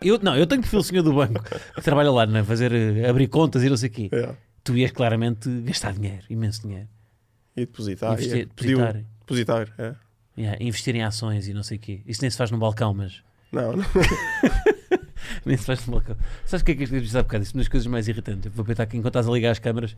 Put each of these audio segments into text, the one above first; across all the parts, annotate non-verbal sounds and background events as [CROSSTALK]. Eu, não, eu tenho perfil de senhor do [LAUGHS] banco que trabalha lá, não é? Fazer, eh, abrir contas e não sei o quê. É. Tu ias claramente gastar dinheiro, imenso dinheiro. E depositar. Investi- e pediu- depositar. Depositar, é. Yeah, investir em ações e não sei o quê. Isso nem se faz num balcão, mas. [LAUGHS] Não, [LAUGHS] não. Nem se faz num balcão. Sabes o que é que eu disse há bocado? Isso é uma das coisas mais irritantes. Eu vou aproveitar que enquanto estás a ligar as câmaras,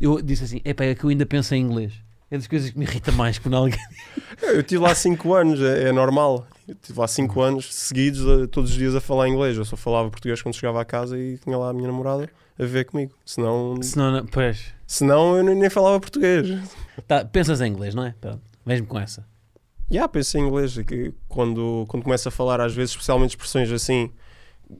eu disse assim: epá, é que eu ainda penso em inglês. É das coisas que me irrita mais quando alguém. [LAUGHS] Eu estive lá 5 anos, é, é normal. Eu estive lá 5 anos seguidos, a- todos os dias a falar inglês. Eu só falava português quando chegava a casa e tinha lá a minha namorada a ver comigo. Senão, Senão, não, pois. senão eu nem nem falava português. Tá, pensas em inglês, não é? Pronto, Vens-me com essa. Já, pensei em inglês. é que Quando, quando começo a falar, às vezes, especialmente expressões assim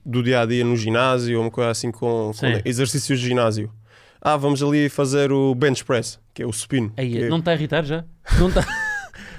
do dia a dia no ginásio, ou uma coisa assim com, com Sim. exercícios de ginásio. Ah, vamos ali fazer o bench press, que é o supino. Aí, que é- não está a irritar já? Não [LAUGHS] está.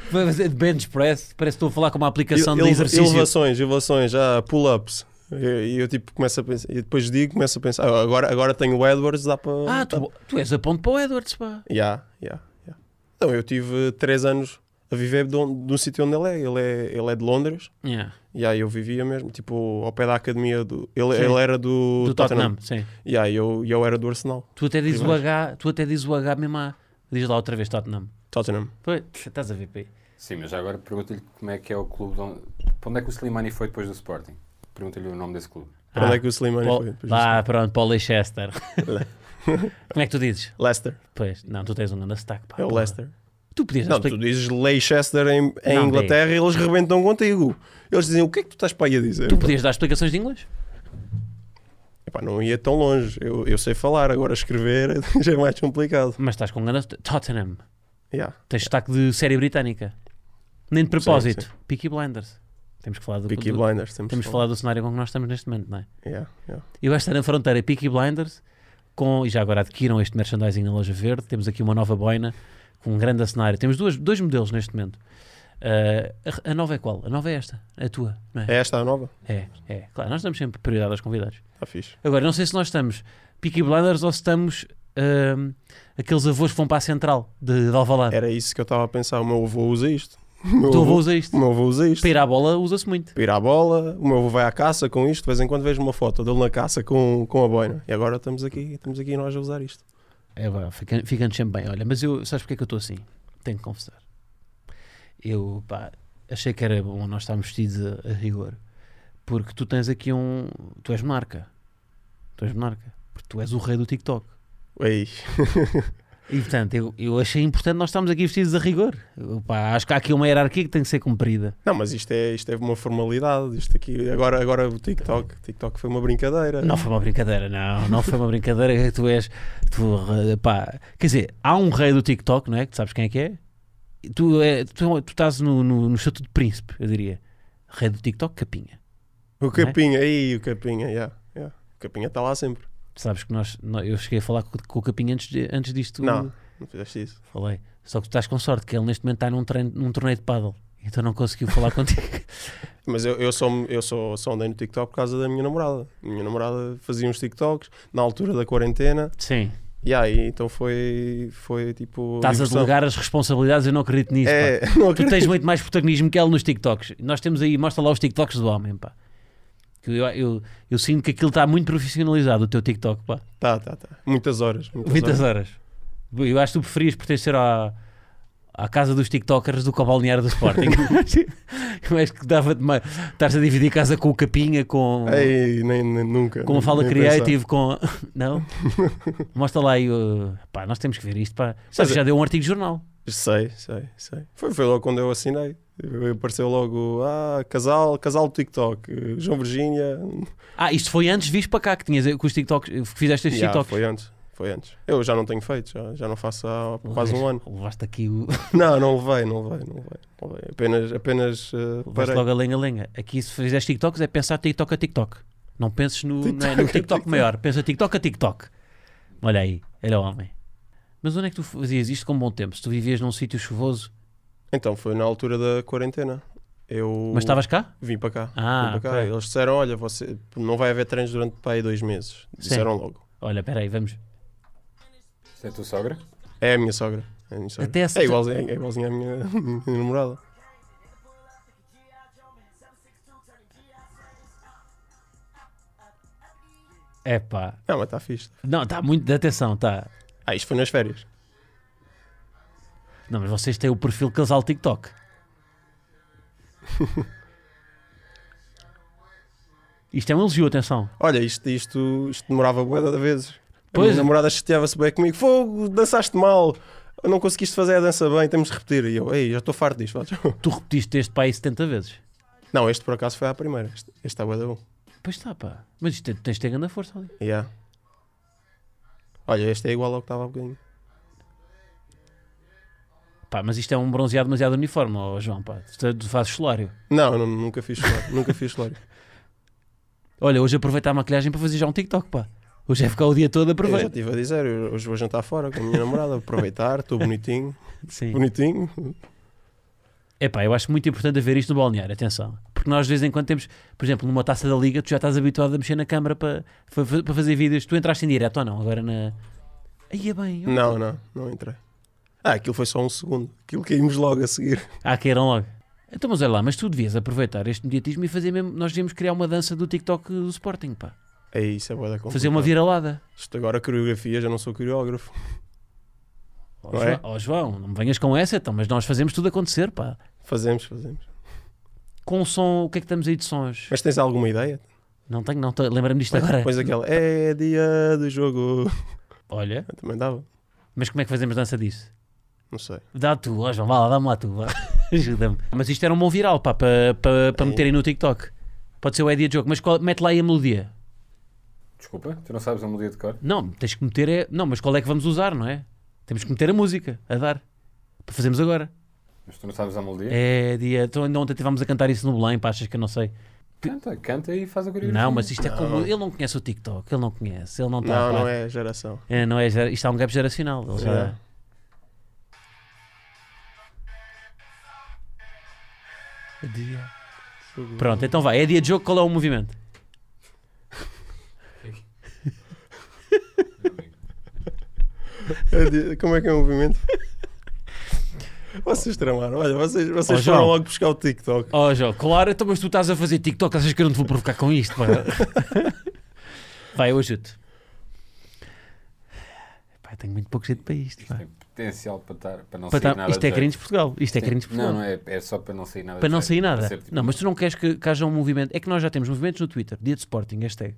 Vai fazer de bench press, parece que estou a falar com uma aplicação de Ele- exercício. Elevações, elevações, já pull-ups. E e eu, tipo começo a pensar, e depois digo, começo a pensar, "Ah, agora, agora tenho o Edwards, dá para. Ah, tu, tu és a ponto para o Edwards, pá. Já, já, já. Então eu tive 3 anos a viver de onde, do sítio onde ele é. Ele é, ele é de Londres, Yeah, e aí eu vivia mesmo, tipo, ao pé da academia do. Ele, Sim. ele era do, Do Tottenham, sim. E aí eu, eu era do Arsenal. Tu até dizes o Rivais. H, tu até dizes o H mesmo a... Diz lá outra vez Tottenham. Tottenham. Pois, estás a ver, pá. Sim, mas já agora pergunto-lhe como é que é o clube. de onde- Para onde é que o Slimani foi depois do Sporting? Pergunta-lhe o nome desse clube. Para onde Ah, é que o Slimani Paul- foi? Depois Lá, pronto, para o Leicester. [LAUGHS] Como é que tu dizes? disso. Leicester. Pois, não, tu tens um grande sotaque, pá. É o porra. Leicester. Tu podias Não, explicar- tu dizes Leicester em, em Não, Inglaterra e eles rebentam contigo. Eles dizem, o que é que tu estás para aí a dizer? tu podias dar explicações de inglês? Epá, não ia tão longe. Eu, eu sei falar, agora escrever [LAUGHS] já é mais complicado. Mas estás com um grande sotaque. Tottenham. Yeah. Tens sotaque de série britânica. Nem de propósito. Peaky Blinders. Temos que falar do, Peaky do- Blinders, temos, temos de que falar do cenário com que nós estamos neste momento, não é? Yeah, yeah. Eu acho que está na fronteira Peaky Blinders com, e já agora adquiram este merchandising na loja verde. Temos aqui uma nova boina com um grande cenário. Temos duas, dois modelos neste momento. Ah, a, a nova é qual? A nova é esta, a tua, não É é? esta a nova? É, é. Claro, nós damos sempre prioridade aos convidados. Está fixe. Agora, não sei se nós estamos Peaky Blinders ou se estamos ahm, aqueles avós que vão para a central de, de Alvalade. Então Era isso que eu estava a pensar. O meu avô [LAUGHS] usa isto. O meu O teu Ah. avô usa isto. O meu avô usa isto. Para ir à bola usa-se muito. Para ir à bola, o meu avô vai à caça com isto. De vez em quando vejo uma foto dele na caça com, com a boina. E agora estamos aqui, estamos aqui nós a usar isto. É vá, fica- ficando sempre bem. Olha, mas eu, sabes porque é que eu estou assim? Tenho que confessar. Eu, pá, achei que era bom nós estarmos vestidos a, a rigor. Porque tu tens aqui um. Tu és monarca. Tu és monarca. Porque tu és o rei do TikTok. Ei, E portanto, eu, eu achei importante nós estarmos aqui vestidos a rigor. Eu, pá, acho que há aqui uma hierarquia que tem que ser cumprida. Não, mas isto é, isto é uma formalidade. Isto aqui, agora, agora o TikTok. TikTok foi uma brincadeira. Não foi uma brincadeira, não. Não foi uma brincadeira. Tu és. Tu, eh, pá. Quer dizer, há um rei do TikTok, não é? Que tu sabes quem é que é? E Tu, é, tu, tu estás no, no, no estatuto de príncipe, eu diria. Rei do TikTok, capinha. O é? Capinha, aí o Capinha, yeah, yeah. o Capinha está lá sempre. Tu Sabes que nós, nó- eu cheguei a falar com, com o Capinha antes, de- antes disto. Não, não fizeste isso. Falei. Só que tu estás com sorte, que ele neste momento está num, treino, num torneio de paddle. Então não conseguiu falar [LAUGHS] contigo. Mas eu, eu, só, me- eu só, só andei no TikTok por causa da minha namorada. A minha namorada fazia uns TikToks na altura da quarentena. Sim. E aí, então foi, foi tipo. Estás a diversão. delegar as responsabilidades, eu não acredito nisso. pá. É, [LAUGHS] não Tu acredito. tens muito mais protagonismo que ele nos TikToks. Nós temos aí, mostra lá os TikToks do homem, pá. Que eu, eu, eu sinto que aquilo está muito profissionalizado, o teu TikTok, pá. Tá, tá, tá. Muitas horas. Muitas, Muitas horas. horas. Eu acho que tu preferias pertencer à, à casa dos TikTokers do que ao balneário do [LAUGHS] Sporting. [LAUGHS] eu acho que dava-te mais. Estás a dividir casa com o Capinha, com. Ei, nem, nem- nunca. Com a nem- fala nem creative, com. [LAUGHS] [LAUGHS] Não? Mostra lá aí. o- Pá, nós temos que ver isto. Pá. Sabes, Mas- já deu um artigo de jornal. pensar. Sei, sei, sei. Foi, foi logo quando eu assinei. Apareceu logo, ah, casal, casal do TikTok, João Virgínia. Ah, isto foi antes, viste para cá que tinhas eh, com os TikToks. que Fizeste estes Yeah, TikToks. foi antes, foi antes. Eu já não tenho feito, já, já não faço há quase um ano. Levaste aqui [LAUGHS] o. Não, não levei, não levei, não levei. não levei. Apenas, apenas eh, Levaste parei. logo a lenga-lenga. Aqui, se fizeres TikToks, é pensar TikTok a TikTok. Não penses no, não é no TikTok a TikTok, TikTok. maior, pensa TikTok a TikTok. Olha aí, era homem. Mas onde é que tu fazias isto com bom tempo? Se tu vivias num sítio chuvoso, Então foi na altura da quarentena. Eu mas estavas cá? vim para cá. Ah, vim para cá. ok. Eles disseram: Olha, você não vai haver treinos durante para aí dois meses. Disseram logo. Olha, peraí, vamos. Isto é a tua sogra? É a minha sogra. É, a minha sogra. Até essa- é, igualzinha, é igualzinha à minha, [LAUGHS] minha namorada. É pá. Não, mas está fixe. Não, está muito de atenção, tá. está. Ah, isto foi nas férias. Não, mas vocês têm o perfil casal [LAUGHS] TikTok. Isto é um elogio, atenção. Olha, isto, isto, isto demorava bué de vezes. A Pois. minha namorada chateava-se bem comigo. Fogo, dançaste mal. Não conseguiste fazer a dança bem, temos de repetir. E eu, ei, já estou farto disto. vá." Tu repetiste este para aí 70 vezes. Não, este por acaso foi à primeira. Este este está bué da bom. Pois está, pá. Mas isto é, tens de ter grande força ali. Yeah. Olha, este é igual ao que estava há bocadinho. Pá, mas isto é um bronzeado demasiado uniforme, ó João, pá. é Tu tu fazes solário. Não, não nunca fiz [LAUGHS] solário. nunca fiz solário. Olha, hoje aproveitar a maquilhagem para fazer já um TikTok, pá. Hoje é ficar o dia todo a Eu já aproveitar. estive a dizer, eu- hoje vou jantar fora com a minha namorada, vou aproveitar, estou bonitinho. Sim. Bonitinho. É pá, eu acho muito importante haver isto no balneário, atenção. Porque nós de vez em quando temos, por exemplo, numa taça da liga, tu já estás habituado a mexer na câmara para, fa- fa- para fazer vídeos. Tu entraste em direto ou não? Agora na. Aí é bem. eu- Não, não, não entrei. Ah, aquilo foi só um segundo. Aquilo caímos logo a seguir. Ah, caíram logo. Então, mas olha lá, mas tu devias aproveitar este mediatismo e fazer mesmo. Nós devíamos criar uma dança do TikTok do Sporting, pá. É isso, é boa da complicado. Fazer uma viralada. Isto agora coreografia, já não sou coreógrafo. Ó Não é? João, ó, João, não me venhas com essa, então, mas nós fazemos tudo acontecer, pá. Fazemos, fazemos. Com o som, o que é que estamos aí de sons? Mas tens alguma ideia? Não tenho, não. tô- Lembra-me disto agora. Pois aquela, é dia do jogo. [LAUGHS] Olha, Eu também dava. mas como é que fazemos dança disso? Não sei. Dá tu, ó João, vá lá, dá-me lá tu, vá. [LAUGHS] Ajuda-me. Mas isto era um bom viral, pá, para pa, pa Aí. meterem no TikTok. Pode ser o Eddie Joke, mas qual- mete lá aí a melodia. Desculpa, tu não sabes a melodia de cor? Não, tens que meter é. Não, mas qual é que vamos usar, não é? Temos que meter a música, a dar. Para fazermos agora. Mas tu não sabes a melodia? É dia. Então ainda ontem estivemos a cantar isso no Belém, pá, achas que eu não sei. Canta, canta e faz a coreografia. Não, mas isto é Não. como. Ele não conhece o TikTok, ele não conhece, ele não tá está. Não, não é geração. É, não é gera- isto é um gap geracional. ele já- É. É dia. Pronto, então vai. É dia de jogo, qual é o movimento? É dia- Como é que é o movimento? Vocês tramaram, olha, vocês, vocês Ó, João. foram logo buscar o TikTok. Oh, João, claro, então, mas tu estás a fazer TikTok, achas que eu não te vou provocar com isto? pá? [LAUGHS] vai, eu ajudo. Pá, eu tenho muito pouco jeito para isto. pá. Tem potencial para, estar, para não Para sair tá- nada. isto é de Carinhos Portugal. Isto é jeito. Carinhos Portugal. Não, não é, é só para não sair nada. Para de não jeito. sair nada. Para ser, tipo, Não, mas tu não queres que, que haja um movimento. É que nós já temos movimentos no Twitter, dia de Sporting, hashtag.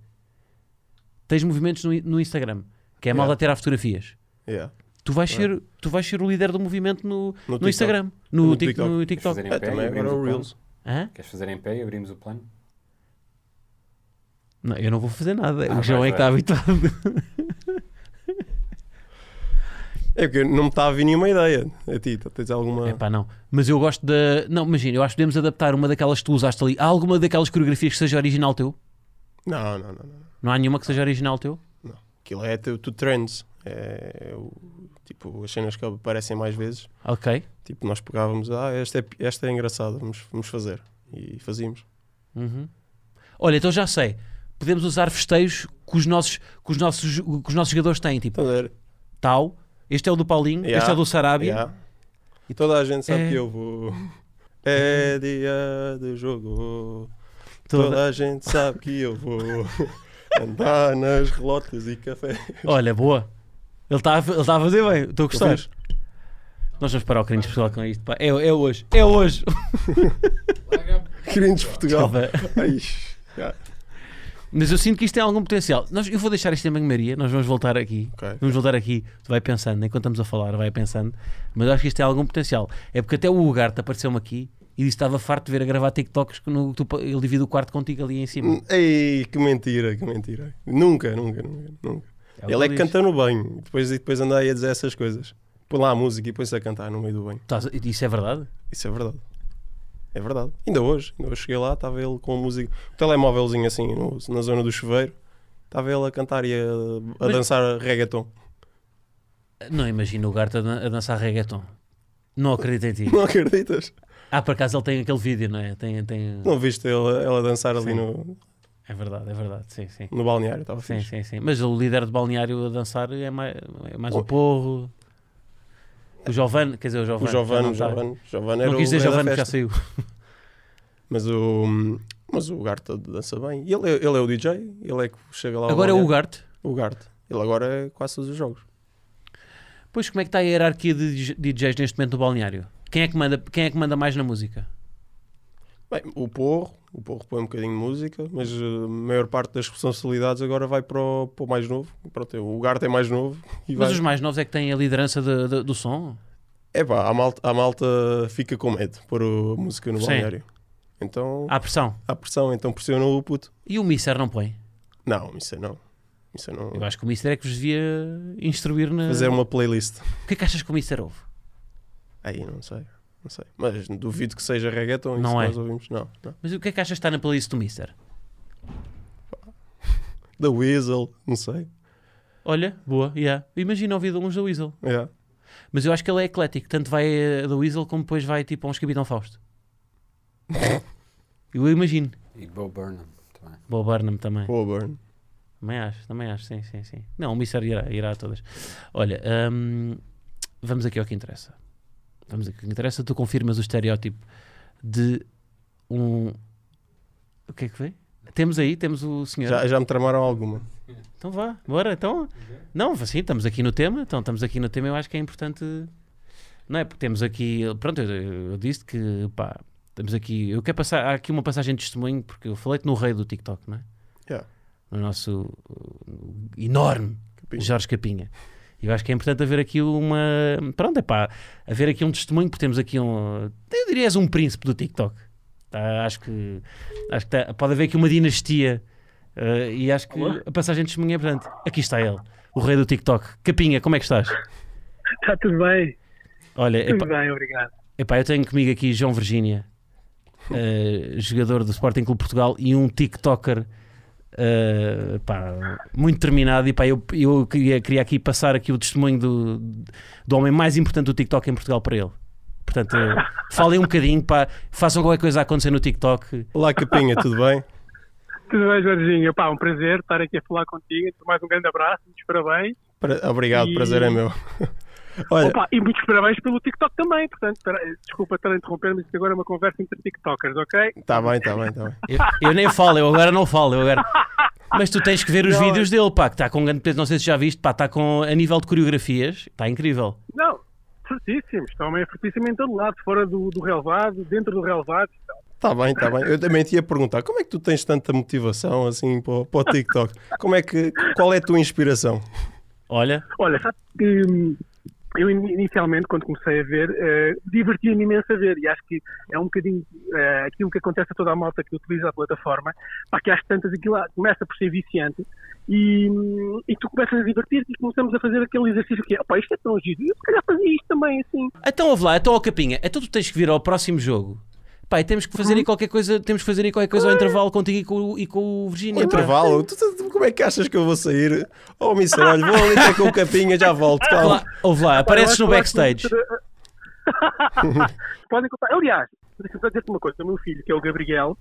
Tens movimentos no, no Instagram, que é mal Yeah. a tirar fotografias. Yeah. Tu vais, ser, tu vais ser o líder do movimento no, No, no TikTok. Instagram, no, No tic- TikTok. no queres TikTok. fazer em É, pé e também abrimos agora o plano? Reels. Hã? Queres fazer em pé e abrimos o plano? Não, eu não vou fazer nada. Ah, o João vai, é que está vai. [LAUGHS] habituado. É porque não me está a vir nenhuma ideia. A ti, tens alguma. É pá, não. Mas eu gosto da. Não, imagina, eu acho que podemos adaptar uma daquelas que tu usaste ali. Há alguma daquelas coreografias que seja original teu? Não, não, não, não. Não há nenhuma que seja original teu? Aquilo é tu, tu trends. É, o- tipo, as cenas que aparecem mais vezes. Ok. Tipo, nós pegávamos, ah, esta é, esta é engraçada, vamos, vamos fazer. E fazíamos. Uhum. Olha, então já sei. Podemos usar festejos que os nossos, que os nossos, que os nossos jogadores têm, tipo Então, era, tal. Este é o do Paulinho, este Yeah, é o do Sarabia. yeah. E toda a gente sabe É. que eu [LAUGHS] vou. É dia de jogo. Toda, Toda- a gente sabe que eu vou andar nas relotes e café. Olha, boa. Ele está a, ele tá a fazer bem, estou a gostar. fiz. Nós vamos parar o carinho pessoal com isto. pá. É, é hoje, é hoje. Tá Queridos [LAUGHS] Portugal. Desculpa. Ai, já. Mas eu sinto que isto tem algum potencial. Nós, eu vou deixar isto em banho-maria, nós vamos voltar aqui. Ok. Vamos voltar aqui, tu vai pensando, enquanto estamos a falar, vai pensando. Mas eu acho que isto tem algum potencial. É porque até o Ugarte apareceu-me aqui e disse que estava farto de ver a gravar TikToks que no, tu, ele divide o quarto contigo ali em cima. Hum, Ei, que mentira, que mentira. Nunca, nunca, nunca. nunca. o Ele é que que diz. canta no banho. E Depois, e depois anda aí a dizer essas coisas. Põe lá a música e põe-se a cantar no meio do banho. Estás- Isso é verdade? Isso é verdade. É verdade. Ainda hoje, ainda hoje cheguei lá, estava ele com a música, o telemóvelzinho assim, no- na zona do chuveiro, estava ele a cantar e a, a Mas- dançar reggaeton. [LAUGHS] Não imagino o Ugarte a, dan- a dançar reggaeton. Não acredito em ti. [LAUGHS] Não acreditas? Ah, por acaso ele tem aquele vídeo, não é? Tem, tem... Não viste ele, ele a dançar ali Sim. no, É verdade, é verdade. Sim, sim. no balneário? Estava Sim, fixe. sim, sim. Mas o líder de balneário a dançar é mais, é mais o Oi. Porro. O Giovane, quer dizer, o Giovane. O já não Giovano, está. Giovano, Giovano era Não quis o dizer rei da Giovane que já festa. saiu. Mas o, Mas o Garta dança bem. E Ele, é- ele é o DJ, ele é que chega lá. ao Agora é o balneário. Ugarte. o Garta. Ele agora é quase todos os jogos. Pois como é que está a hierarquia de DJs neste momento no balneário? Quem é que manda, quem é que manda mais na música? Bem, o Porro, o Porro põe um bocadinho de música, mas eh, a maior parte das responsabilidades agora vai para o, para o mais novo. Para o, teu. o Garta é mais novo. E vai... Mas os mais novos é que têm a liderança de- de- do som? Epá, a malta, a malta fica com medo de pôr o- a música no Sim. Ah. balneário. Então Há pressão. há pressão, então pressiona o puto. E o Mister não põe? Não, isso é não. Isso é não. Eu acho que o Mister é que vos devia instruir na... Fazer uma playlist. O que é que achas que o Mister ouve? Aí não sei, não sei. Mas duvido que seja reggaeton, isso Não que é. nós ouvimos. Não, não. Mas o que é que achas que está na playlist do Mister? The Weasel, não sei. Olha, boa, yeah. Imagina ouvir uns da Weasel. Yeah. Mas eu acho que ele é eclético. Tanto vai a da Weasel como depois vai tipo a uns Capitão Fausto. eu imagino. E Bo Burnham também. Boa Barnum também. Coburn. Também acho, também acho, sim, sim, sim. Não, o Mister irá, irá a todas. Olha, hum, vamos aqui ao que interessa. Vamos aqui ao que interessa. Tu confirmas o estereótipo de um. O que é que foi? Temos aí, temos o senhor. Já, já me tramaram alguma. Então vá, bora, então. Não, assim, estamos aqui no tema. Então, estamos aqui no tema, eu acho que é importante. Não é? Porque temos aqui. Pronto, eu, eu disse que, pá, temos aqui. Eu quero passar. Há aqui uma passagem de testemunho, porque eu falei-te no rei do TikTok, não é? Yeah. No nosso uh, enorme Capinha. Jorge Capinha. E eu acho que é importante haver aqui uma. Pronto, é pá, haver aqui um testemunho, porque temos aqui um. Eu diria és um príncipe do TikTok. Tá, acho que, acho que tá- pode haver aqui uma dinastia. eh, e acho que a passagem de testemunho é importante. Aqui está ele, o rei do TikTok. Capinha, como é que estás? Está tudo bem, Olha, tudo epá, bem, obrigado. epá, eu tenho comigo aqui João Virgínia, eh, jogador do Sporting Clube de Portugal e um TikToker. eh, pá, muito terminado e pá, eu, eu queria, queria aqui passar aqui o testemunho do, do homem mais importante do TikTok em Portugal para ele portanto, eh, falem um bocadinho pá, façam qualquer coisa a acontecer no TikTok Olá, Capinha, tudo bem? Tudo bem, Jorginho? Pá, um prazer estar aqui a falar contigo. Então, Mais um grande abraço, muitos parabéns. Pra- Obrigado, E- prazer é meu. [LAUGHS] Olha, Opa, e muitos parabéns pelo TikTok também. Portanto, espera- desculpa estar a interromper, mas isto agora é uma conversa entre TikTokers, ok? tá bem, tá bem, tá bem. Eu, eu nem falo, eu agora não falo. Eu agora... Mas tu tens que ver os vídeos dele, pá, que está com grande peso. Não sei se já viste, pá, está com. A nível de coreografias, está incrível. Não, fortíssimos. Estão é fortíssimo em todo lado, fora do, do relevado, dentro do relevado. Tá bem, tá bem. Eu também te ia perguntar, como é que tu tens tanta motivação assim para, o- para o TikTok? Como é que, qual é a tua inspiração? Olha, Olha, sabe que hum, eu in- inicialmente, quando comecei a ver, eh, divertia-me imenso a ver e acho que é um bocadinho eh, aquilo que acontece a toda a malta que utiliza a plataforma, para que às tantas aquilo lá começa por ser viciante e, hum, e tu começas a divertir-te e começamos a fazer aquele exercício que é, opá, isto é tão giro, eu se calhar fazia isto também assim. então ouve lá, então ó Capinha, então tu tens que vir ao próximo jogo. Pá, e temos que fazer Hum? aí qualquer coisa, temos que fazer aí qualquer coisa ao intervalo contigo e com, o- e com o Um Virgínia. pá. intervalo? Tu- tu- como é que achas que eu vou sair? Oh, Mister, olha, vou ali ter com o Capinha, já volto, Ouve calma. lá, ouve lá, apareces no Eu acho que vai backstage. ser, eh, [LAUGHS] Podem contar. Aliás, deixa-me só dizer-te uma coisa: o meu filho, que é o Gabriel,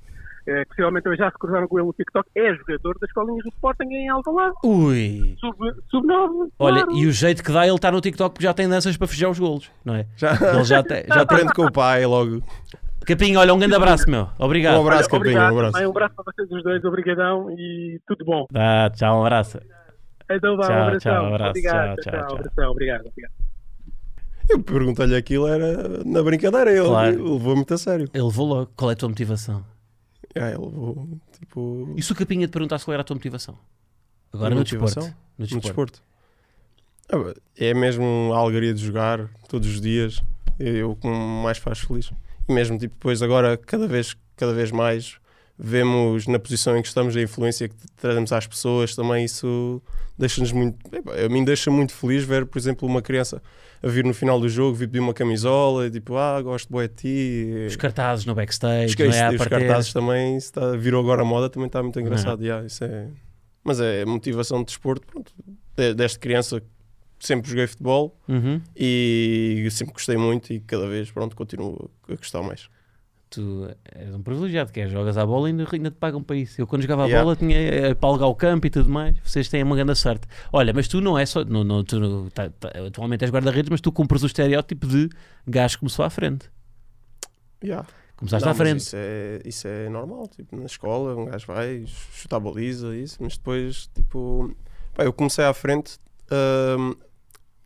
eh, que possivelmente também já se cruzaram com ele no TikTok, é jogador das colinhas do Sporting em Alvalade. Ui. Sub-9. Sub nove, Olha, claro. e o jeito que dá ele está no TikTok porque já tem danças para fugir os golos, não é? Já, Ele já tem. Já tem... aprende com o pai logo. Capinha, olha, um grande abraço, meu. Obrigado. Um abraço, Capinha, Obrigado, um abraço. também, um abraço para vocês os dois, obrigadão e tudo bom. Dá, tchau, um abraço. Então vá, Tchau, um abração. tchau, abraço, obrigado, tchau, tchau, tchau, tchau. abração, obrigado, obrigado. Eu perguntei-lhe aquilo, era na brincadeira, ele Claro. levou muito a sério. Ele levou logo. Qual é a tua motivação? É, ele levou, tipo, E se o Capinha te perguntasse qual era a tua motivação? Agora Minha no motivação? desporto. No no desporto. desporto. Ah, bem, É mesmo a alegria de jogar todos os dias, é o que me mais faz feliz. E mesmo, tipo, depois agora, cada vez, cada vez mais, vemos na posição em que estamos, a influência que trazemos às pessoas também, isso deixa-nos muito... epá, A mim deixa muito feliz ver, por exemplo, uma criança a vir no final do jogo, vir pedir uma camisola, e tipo, ah, gosto bué de ti... Os cartazes no backstage, Os, não é? ca- A os partir- cartazes também, se está, virou agora a moda, também está muito engraçado. yeah, isso é... Mas é motivação de desporto. Pronto. De- Desde criança sempre joguei futebol Uhum. e sempre gostei muito e cada vez pronto, continuo a gostar mais. Tu és um privilegiado, que é, jogas à bola e ainda ainda te pagam para isso. Eu quando jogava à Yeah. bola tinha eh, para alugar o campo e tudo mais. Vocês têm uma grande sorte. Olha, mas tu não é só... Não, não, tu, não- tá- tá- atualmente és guarda-redes, mas tu cumpres o estereótipo de gajo que começou à frente. Yeah. Começaste Não, à mas frente. Isso é, isso é normal, tipo, na escola, um gajo vai chutar a baliza, isso, mas depois, tipo, pá, eu comecei à frente ahm,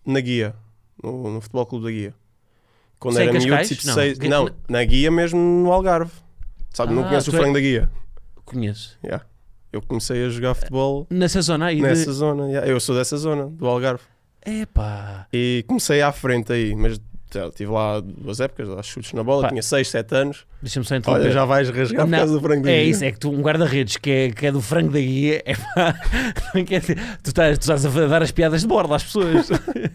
na guia, no, no Futebol Clube da Guia. Quando Isso é em era miúdo, Cascais? tipo, Não. seis, Que- não, na guia mesmo no Algarve. Sabe, não Ah, conheço o tu é- frango da guia. Conheço. Yeah. Eu comecei a jogar futebol Nessa zona aí. nessa De... zona. yeah. Eu sou dessa zona, do Algarve. Epá. E comecei à frente aí, mas já, tive lá duas épocas, lá chutes na bola, Pá. tinha 6, 7 anos. Deixa-me só interromper. Olha, já vais rasgar por Não, causa do frango da É guia. isso, é que tu, um guarda-redes que é, que é do frango da guia, é pá, [LAUGHS] não quer dizer, tu, estás, tu estás a dar as piadas de borda às pessoas.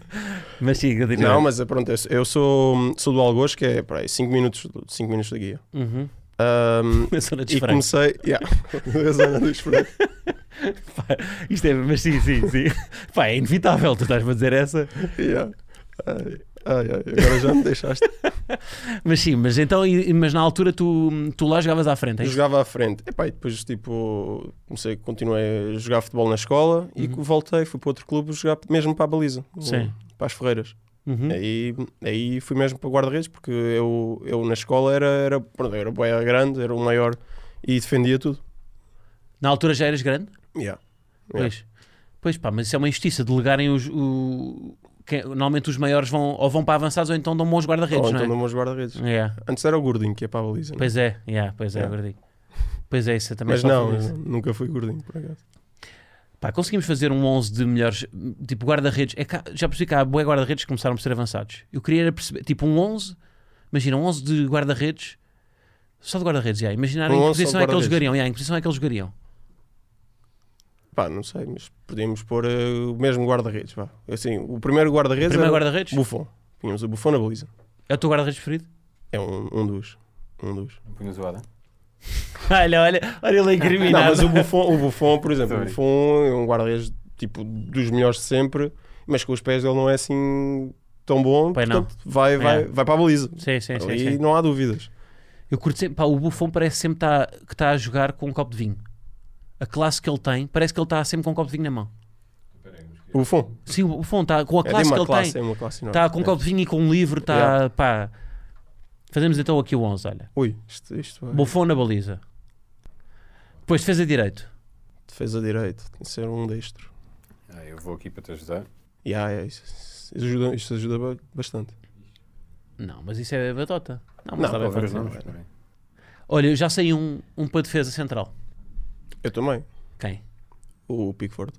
[LAUGHS] mas sim, continua. Não, mas eh, pronto, eu sou- eu sou, sou do Algoz, que é 5 minutos, cinco minutos da guia. Uhum. [LAUGHS] Ahm, Na zona dos e frangos. comecei. Yeah, [LAUGHS] [LAUGHS] na zona dos frangos. Pá, Isto é, mas sim, sim, sim. Pá, é inevitável, tu estás-me a dizer essa. Yeah. Ai, ai, ai, agora já me [LAUGHS] deixaste. Mas sim, mas então, e- mas na altura tu, tu lá jogavas à frente, é isso? Jogava à frente. Epá, e depois, tipo, comecei, continuei a jogar futebol na escola e Uhum. voltei, fui para outro clube jogar mesmo para a baliza, Sim. para as Ferreiras. Uhum. Aí, aí fui mesmo para guarda-redes, porque eu, eu na escola era, era, pronto, era bué grande, era o maior e defendia tudo. Na altura já eras grande? Yeah. Yeah. Pois. Pois pá, mas isso é uma injustiça, delegarem os... O... quem- Normalmente os maiores vão ou vão para avançados ou então dão bons Ou guarda-redes, então não dou-me aos guarda-redes. é? Yeah. Antes era o gordinho que ia para a baliza. não é? Pois é, yeah, pois é, Yeah. gordinho. Pois é, isso eu também Mas só não, fiz isso. eu nunca fui gordinho, por acaso. Pá, conseguimos fazer um 11 de melhores, tipo guarda-redes. É que há- já percebi que há bué guarda-redes que começaram por ser avançados. Eu queria era perceber, tipo um 11, imagina, um 11 de guarda-redes, só de guarda-redes, já. Imaginar Um em que 11 só de posição é que eles guarda-redes. jogariam, já, em que posição é que eles jogariam. Pá, não sei, mas podíamos pôr eh, o mesmo guarda-redes. vá. Assim, o primeiro guarda-redes Primeiro era guarda-redes? Buffon. Tínhamos o Buffon na baliza. É o teu guarda-redes preferido? [LAUGHS] É um, um dos. Um dos. Não punhas o Adam? olha, olha, olha ele é a Não, incriminar. mas o Buffon, o Buffon, por exemplo, o Sorry. Buffon é um guarda-redes tipo, dos melhores de sempre, mas com os pés ele não é assim tão bom. Pois não. portanto, Vai, vai, É. vai para a baliza. Sim, sim, sim, Aí sim. não há dúvidas. Eu curto sempre, pá, o Buffon parece sempre tá- que está a jogar com um copo de vinho. A classe que ele tem, parece que ele está sempre com um copo de vinho na mão. O Buffon. Sim, o Buffon está com a É, classe tem que uma ele classe, tem. é uma classe enorme. Está com um É. copo de vinho e com um livro, está Yeah. pá. Fazemos então aqui o 11, olha. Ui, isto, isto vai. Buffon na baliza. Depois defesa direito. Defesa direito, tem que ser um destro. Ah, eu vou aqui para te ajudar. Yeah, yeah, isso, isso ajuda, isso ajuda ba- bastante. Não, mas isso é batota. Não, mas Não, tá bem pode ver feito. os nomes. espera aí. Olha, eu já saí um, um para defesa central. Eu também. Quem? O Pickford.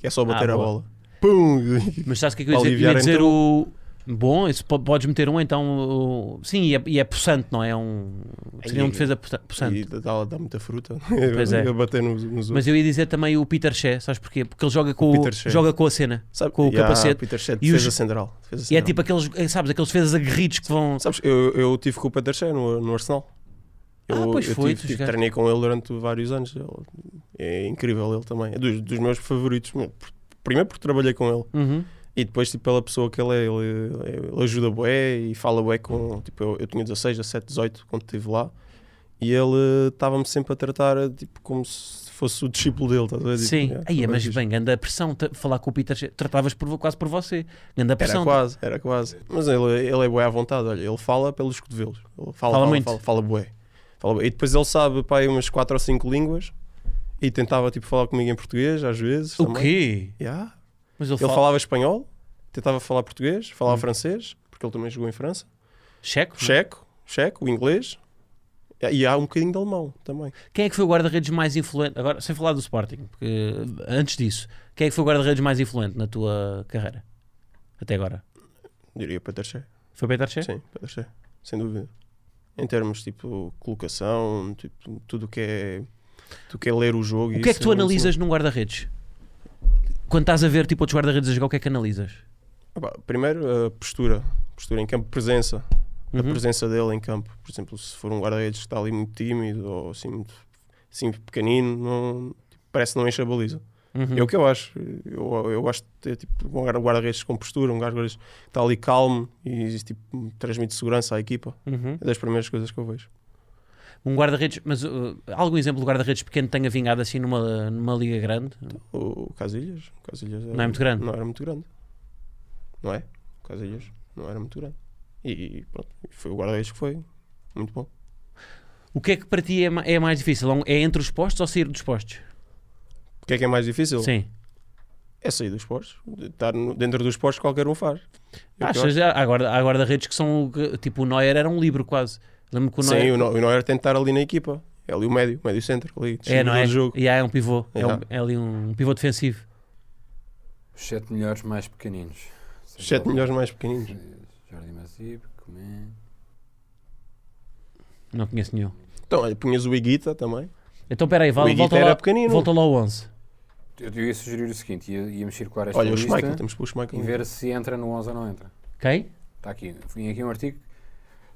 Que é só bater Ah, a boa. bola. Pum! Mas sabes o que é que eu ia dizer? Eu Aliviar ia dizer então. o. Bom, esse po- podes meter um então. o- Sim, e é, e é possante, não é? É Um... Seria um Ai, defesa possa- possante. E dá, dá muita fruta. Pois [LAUGHS] é. A bater nos, nos Mas eu ia dizer também o Peter Shea, sabes porquê? Porque ele joga com, O o- Peter Shea. joga com a cena. Sabe- com o Yeah, capacete. Peter Shea, E os- defesa central. defesa E é central. tipo aqueles, eh, sabes, aqueles defesas aguerridos que vão. Sabes, eu, eu tive com o Peter Shea no, no Arsenal. Eu, Ah, pois eu foi, tive- tu tive- jogaste. treinei com ele durante vários anos. Ele- é incrível ele também. É dos, dos meus favoritos. Primeiro porque trabalhei com ele. Uhum. E depois, tipo, pela pessoa que ele é, ele, ele ajuda bué e fala bué com... Tipo, eu, eu tinha 16, 17, 18 quando estive lá e ele estava-me sempre a tratar, eh, tipo, como se fosse o discípulo dele, estás a ver? Tipo, Sim, yeah, aí, bué mas fixe. bem, ganda pressão. t- Falar com o Peter Shea, tratavas por, quase por você. Ganda Era pressão. quase, era quase. Mas ele, ele é bué à vontade, olha, ele fala pelos cotovelos. Ele fala, fala, muito. Fala, fala bué. Fala bué. E depois ele sabe, pá, aí umas 4 ou 5 línguas e tentava, tipo, falar comigo em português, às vezes. O também. quê? Yeah. Mas ele, Ele fala... falava espanhol, tentava falar português, falava Hum. francês, porque ele também jogou em França. Checo? não é? checo, checo, o inglês e há um bocadinho de alemão também. Quem é que foi o guarda-redes mais influente? Agora, sem falar do Sporting, porque eh, antes disso, quem é que foi o guarda-redes mais influente na tua carreira? Até agora. Diria Peter Shea. Foi Peter Shea? Sim, Peter Shea, sem dúvida. Em termos tipo colocação, tipo, tudo o que é tu que é ler o jogo. O que é que tu analisas num guarda-redes? Quando estás a ver tipo outros guarda-redes a jogar, o que é que analisas? primeiro a postura, postura em campo, presença, a Uhum. presença dele em campo. Por exemplo, se for um guarda-redes que está ali muito tímido ou assim muito assim, pequenino, não- tipo, parece que não enche a baliza. Uhum. É o que eu acho. Eu, eu gosto de ter tipo, um guarda-redes com postura, um guarda-redes que está ali calmo e tipo, transmite segurança à equipa. Uhum. É das primeiras coisas que eu vejo. Um guarda-redes, mas uh, algum exemplo de guarda-redes pequeno que tenha vingado assim numa, numa liga grande? O Casilhas. O Casilhas era- Não é muito grande? Não era muito grande. Não é? O Casilhas não era muito grande. E pronto, foi o guarda-redes que foi. Muito bom. O que é que para ti é, ma- é mais difícil? É um- É entre os postos ou sair dos postos? O que é que é mais difícil? Sim. É sair dos postos. Estar no- dentro dos postos qualquer um faz. É o que eu Achas, há agora, há guarda-redes que são. que- Tipo, o Neuer era um livro quase. Lembro que o acho. Sim, Neuer. É, o No- o Neuer tem de estar ali na equipa. É ali o médio, médio centro. Ali, é, não distribuidor é? de jogo. E há, é um pivô. É, um- Exato. é ali um pivô defensivo. Os sete melhores mais pequeninos. Os sete melhores mais pequeninos. Jordi Masip, Comé. Não conheço nenhum. Então, olha, punhas o Iguita também. Então, peraí, vale, o Iguita volta, era lá, pequenino. volta lá ao 11. Eu eu ia sugerir o seguinte: ia- íamos circular esta Olha, o lista Schmeichel, temos que pôr o Schmeichel. é e ver se entra no 11 ou não entra. Ok? Está aqui. Vim aqui um artigo.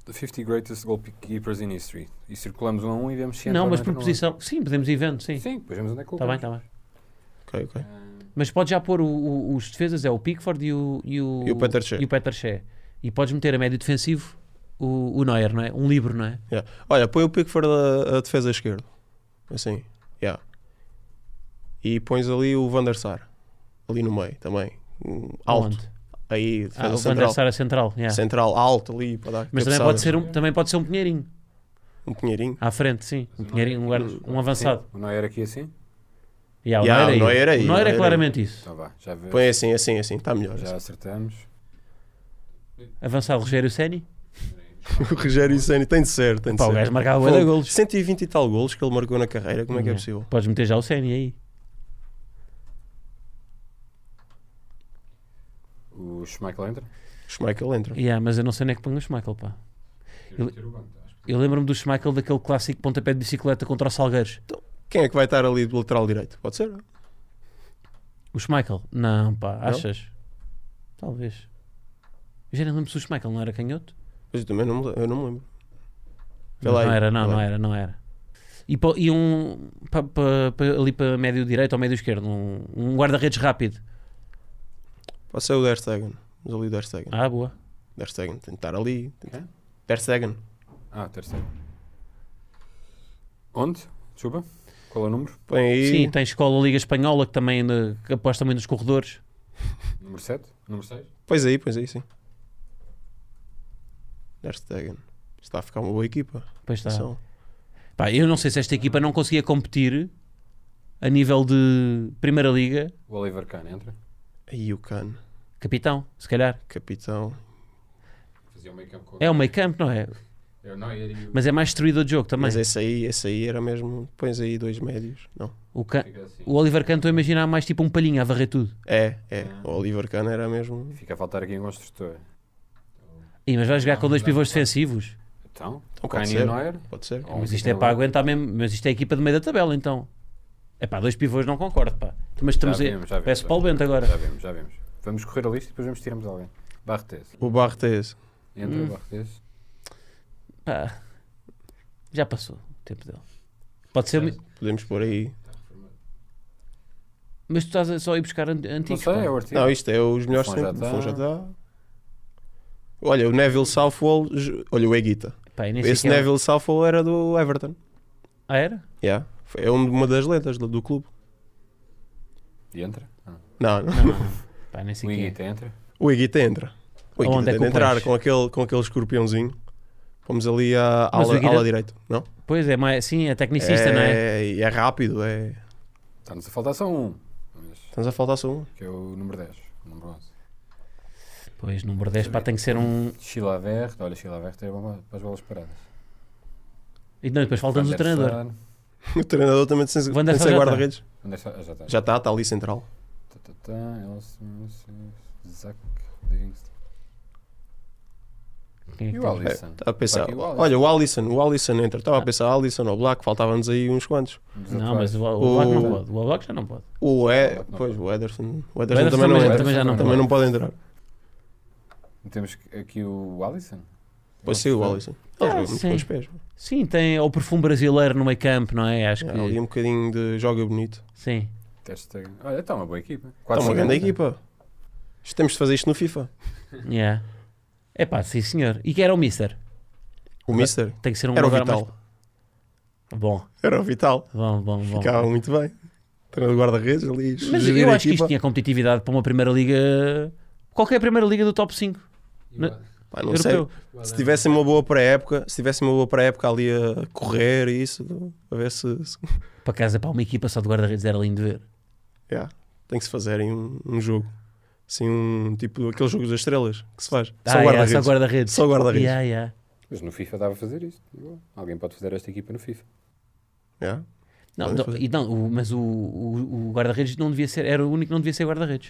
The 50 Greatest Goalkeepers in History. E circulamos um a um e vemos se entra não, ou mas entra por no posição. Sim, podemos ir vendo, 11. sim. Sim, depois vemos onde é que Está bem, colocamos. está bem. Ok, ok. Ah, Mas podes já pôr o- o- os defesas, é o Pickford e o. E o, E o Peter Cech. E o Peter Cech. E podes meter a médio defensivo o, o Neuer, não é? Um livro, não é? Yeah. Olha, põe o Pickford a, a defesa esquerda. Assim. Yeah. E pões ali o Van der Sar. Ali no meio também. Um, alto. Onde? Aí, Ah, defesa o Van der central. Sar é central. yeah. Central, alto ali para dar Mas também cabeçadas. pode, ser um, também pode ser um pinheirinho. Um pinheirinho. À frente, sim. Um pinheirinho, um, guarda- um avançado. O Neuer aqui assim? Yeah, Yeah, o o Neuer Neuer aí, é, Neuer o Neuer é aí. claramente isso. Então vá, já, vê, Põe assim, assim, assim. Está melhor. já acertamos. Avançado, Rogério Seni. [LAUGHS] o Rogério Sani tem de ser, tem de Pá, o ser. gajo marcava bué de Fogo, golos. Uhum. 120 e tal golos que ele marcou na carreira. Como é que é Yeah. possível? Podes meter já o Seni aí. O Schmeichel entra? Schmeichel entra. Yeah, mas eu não sei onde é que põe o Schmeichel, pá. Eu- Eu lembro-me do Schmeichel daquele clássico pontapé de bicicleta contra o Salgueiros. Quem é que vai estar ali do lateral direito? Pode ser. O Schmeichel? Não, pá, Não? achas? Talvez. Eu já nem lembro se o Schmeichel não era canhoto. Mas eu também não, me- eu não me lembro. Vê Não, lá aí, era, vê não, lá não aí. era, não era. E, pô- e um pa- pa- pa- ali para médio direito ou médio esquerdo, um, um guarda-redes rápido. Pode ser o Der Stegen. Mas ali o Der Stegen. Ah, boa. Der Stegen tem de estar ali. tem de- Quem? Der Stegen. Ah, terceiro. Onde? Desculpa. Qual é o número? Põe aí. Sim, então. tem escola Liga Espanhola que também eh, que aposta muito nos corredores. Número 7? Número 6? Pois aí, pois aí, sim. Der Stegen. Está a ficar uma boa equipa. Pois está. Atenção. Pá, eu não sei se esta equipa não conseguia competir a nível de Primeira Liga, O Oliver Kahn entra. Aí o Can, capitão, se calhar. capitão. Fazia o meio campo com É o meio campo, não é? É o Neuer e o... Mas é mais destruído de jogo também. Mas é esse aí, esse aí era mesmo. Pões aí dois médios. Não. O, Ca- Fica assim. o Oliver Canto a imaginar mais tipo um palhinho a varrer tudo. É, é. Ah. O Oliver Can era mesmo. Fica a faltar aqui um construtor. Ih, mas vai jogar com dois pivôs defensivos. Então, Então Kahn pode e o ser. Neuer. Pode ser. Ou um Mas isto é central- para aguentar mesmo. Mas isto é a equipa de meio da tabela, então. É pá, dois pivôs não concordo, pá. Mas estamos já aí. vimos, já vimos, Parece já Paulo vimos. Bento agora. Já vimos, já vimos. Vamos correr a lista e depois vamos tirarmos alguém. Barretes. O é Bartes. Entra Hum. o Barretes. Pá, já passou o tempo dele. Pode ser. mi- Podemos pôr aí. Mas tu estás a só ir buscar an- Não antigos. sei, pá. é o artigo. Não, isto é os melhores Buffon já sempre. Buffon tá. já está. Olha, o Neville Southwell. jo- Olha, o Eguita. Pá, eu nem sei Esse quem é. Neville Southwell era do Everton. Ah, era? Yeah. Foi- É um- uma das lendas do, do clube. E entra? Ah. Não, não. Não, não. Pá, nem O sei quem é. Iguita entra. [LAUGHS] O Higuita entra. O Higuita Aonde é que tem o de entrar pões? com aquele, com aquele escorpiãozinho. Vamos ali à Mas o ala, Higuita- ala direita. Não? Pois é, mais, sim, é tecnicista, não é? E é rápido. É... Está-nos a faltar só um. Mas, Estamos a faltar só um. que é o número 10. O número 11. Pois, número 10, pá, tem que ser um. Chilavert. Olha, Chilavert é bom para as bolas paradas. E não, depois falta-nos o Van der treinador. Sar. [LAUGHS] O treinador também tem de ser- Van tem der de Sar ser já tá. guarda-redes. Van der Sar- ah, Já está. Já está, está ali central. Tá, tá, tá. Elson, Zac, Livingston. Quem é que E o tem? Alisson? Estava a pensar. Tá aqui o Alisson. Olha, o Alisson, o Alisson entra. Estava Ah. a pensar Alisson ou Black, faltavam-nos aí uns quantos. Um dos Não, atuais. mas o, o Black não O- pode. O Black já não pode. O O é, Black não pois, pode. o Ederson. O O Ederson, Ederson também, não entra. também já não Também pode. não pode entrar. Temos aqui o Alisson. Pois sim, o Alisson. Ele Ah, joga muito sim. com os pés. mano. Sim, tem o perfume brasileiro no meio campo, não é? Acho É, que. ali um bocadinho de joga bonito. Sim. Ter Stegen. Olha, está uma boa equipa. né? Está Tá uma grande 4-5. equipa. Isto Temos de fazer isto no FIFA. Yeah. É pá, sim senhor. E que era o Mister? O Mister Tem que ser um era o lugar Vital. mais. Bom, Era o Vital. bom, bom, bom. Ficava muito bem. Treinador de guarda-redes ali. Mas gerir eu a acho que isto equipa. tinha competitividade para uma primeira liga. Qualquer primeira liga do top 5. E o- Pá, não Europeu. sei. Se tivessem uma boa pré-época, se tivessem uma boa pré-época ali a correr e isso, a ver se. se- Para casa, para uma equipa só de guarda-redes era lindo de ver. Yeah, tem que se fazer em um, um jogo. Assim, um tipo aquele jogo das estrelas que se faz. Ah, só yeah, guarda-redes. só guarda-redes. Só guarda-redes. Yeah, yeah. Mas no FIFA dava a fazer isto. Igual. Alguém pode fazer esta equipa no FIFA. Yeah. Não, Podem não, fazer. e não, o- mas o, o- o guarda-redes não devia ser, era o único que não devia ser guarda-redes.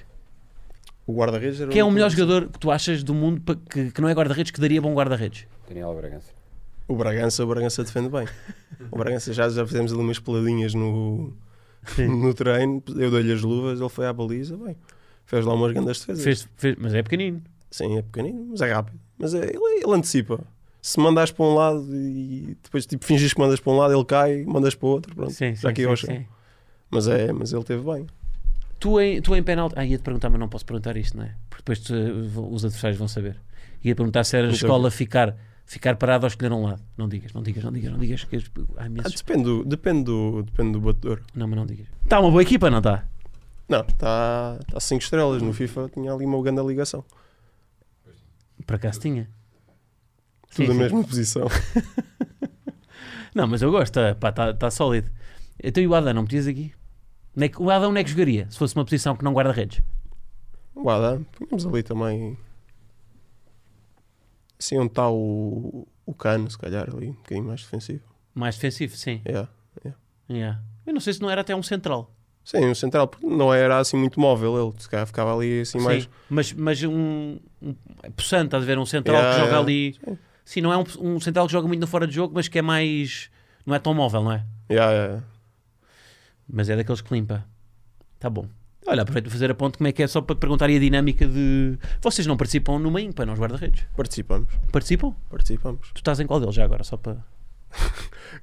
O guarda-redes era Quem é o único- melhor jogador que tu achas do mundo pa- que, que não é guarda-redes que daria bom guarda-redes? Daniel Bragança. O Bragança, o Bragança defende bem. O Bragança já, já fizemos ali umas peladinhas no, no treino. Eu dei-lhe as luvas, ele foi à baliza. Bem, fez lá umas grandes defesas. Fez- fez- mas é pequenino. Sim, é pequenino, mas é rápido. Mas é- ele, ele antecipa. Se mandas para um lado e depois tipo, finges que mandas para um lado, ele cai, mandas para o outro. Pronto, Sim, já sim, que sim, eu sim. Mas é, mas ele teve bem. Tu em, tu em penalti. Ah, ia te perguntar, mas não posso perguntar isto, não é? Porque depois tu- os adversários vão saber. Ia perguntar se era a Então- escola ficar, ficar parada ou escolher um lado. Não digas, não digas, não digas, não digas. Que... Ai, me Ah, assusto. depende, do, depende, do, depende do batedor. Não, mas não digas. Está uma boa equipa, não tá? está? Não, está tá 5 estrelas. No FIFA tinha ali uma grande ligação. Por acaso tinha. Sim, Tudo a sim. mesma posição. Não, mas eu gosto, está tá, tá sólido. Então e o Adão, não metias aqui? Onde é que- o Adão onde é que jogaria? Se fosse uma posição que não guarda redes. Guarda, tínhamos ali também. Assim, onde está o, o cano, se calhar, ali, um bocadinho mais defensivo. Mais defensivo, sim. Yeah. Yeah. Eu não sei se não era até um central. Sim, o central, porque não era assim muito móvel ele, se calhar ficava ali assim mais. Sim. Mas, mas um, um possante, estás a ver? Um central Yeah, que joga yeah. ali. Sim, não é um, um central que joga muito no fora de jogo, mas que é mais. Não é tão móvel, não é? Yeah, yeah. Mas é daqueles que limpa. Tá bom. Olha, aproveito para fazer a ponto como é que é, só para te perguntar aí a dinâmica de. Vocês não participam numa IMPA, não os guarda-redes? Participamos, Participam? participamos. Tu estás em qual deles já agora? Só para.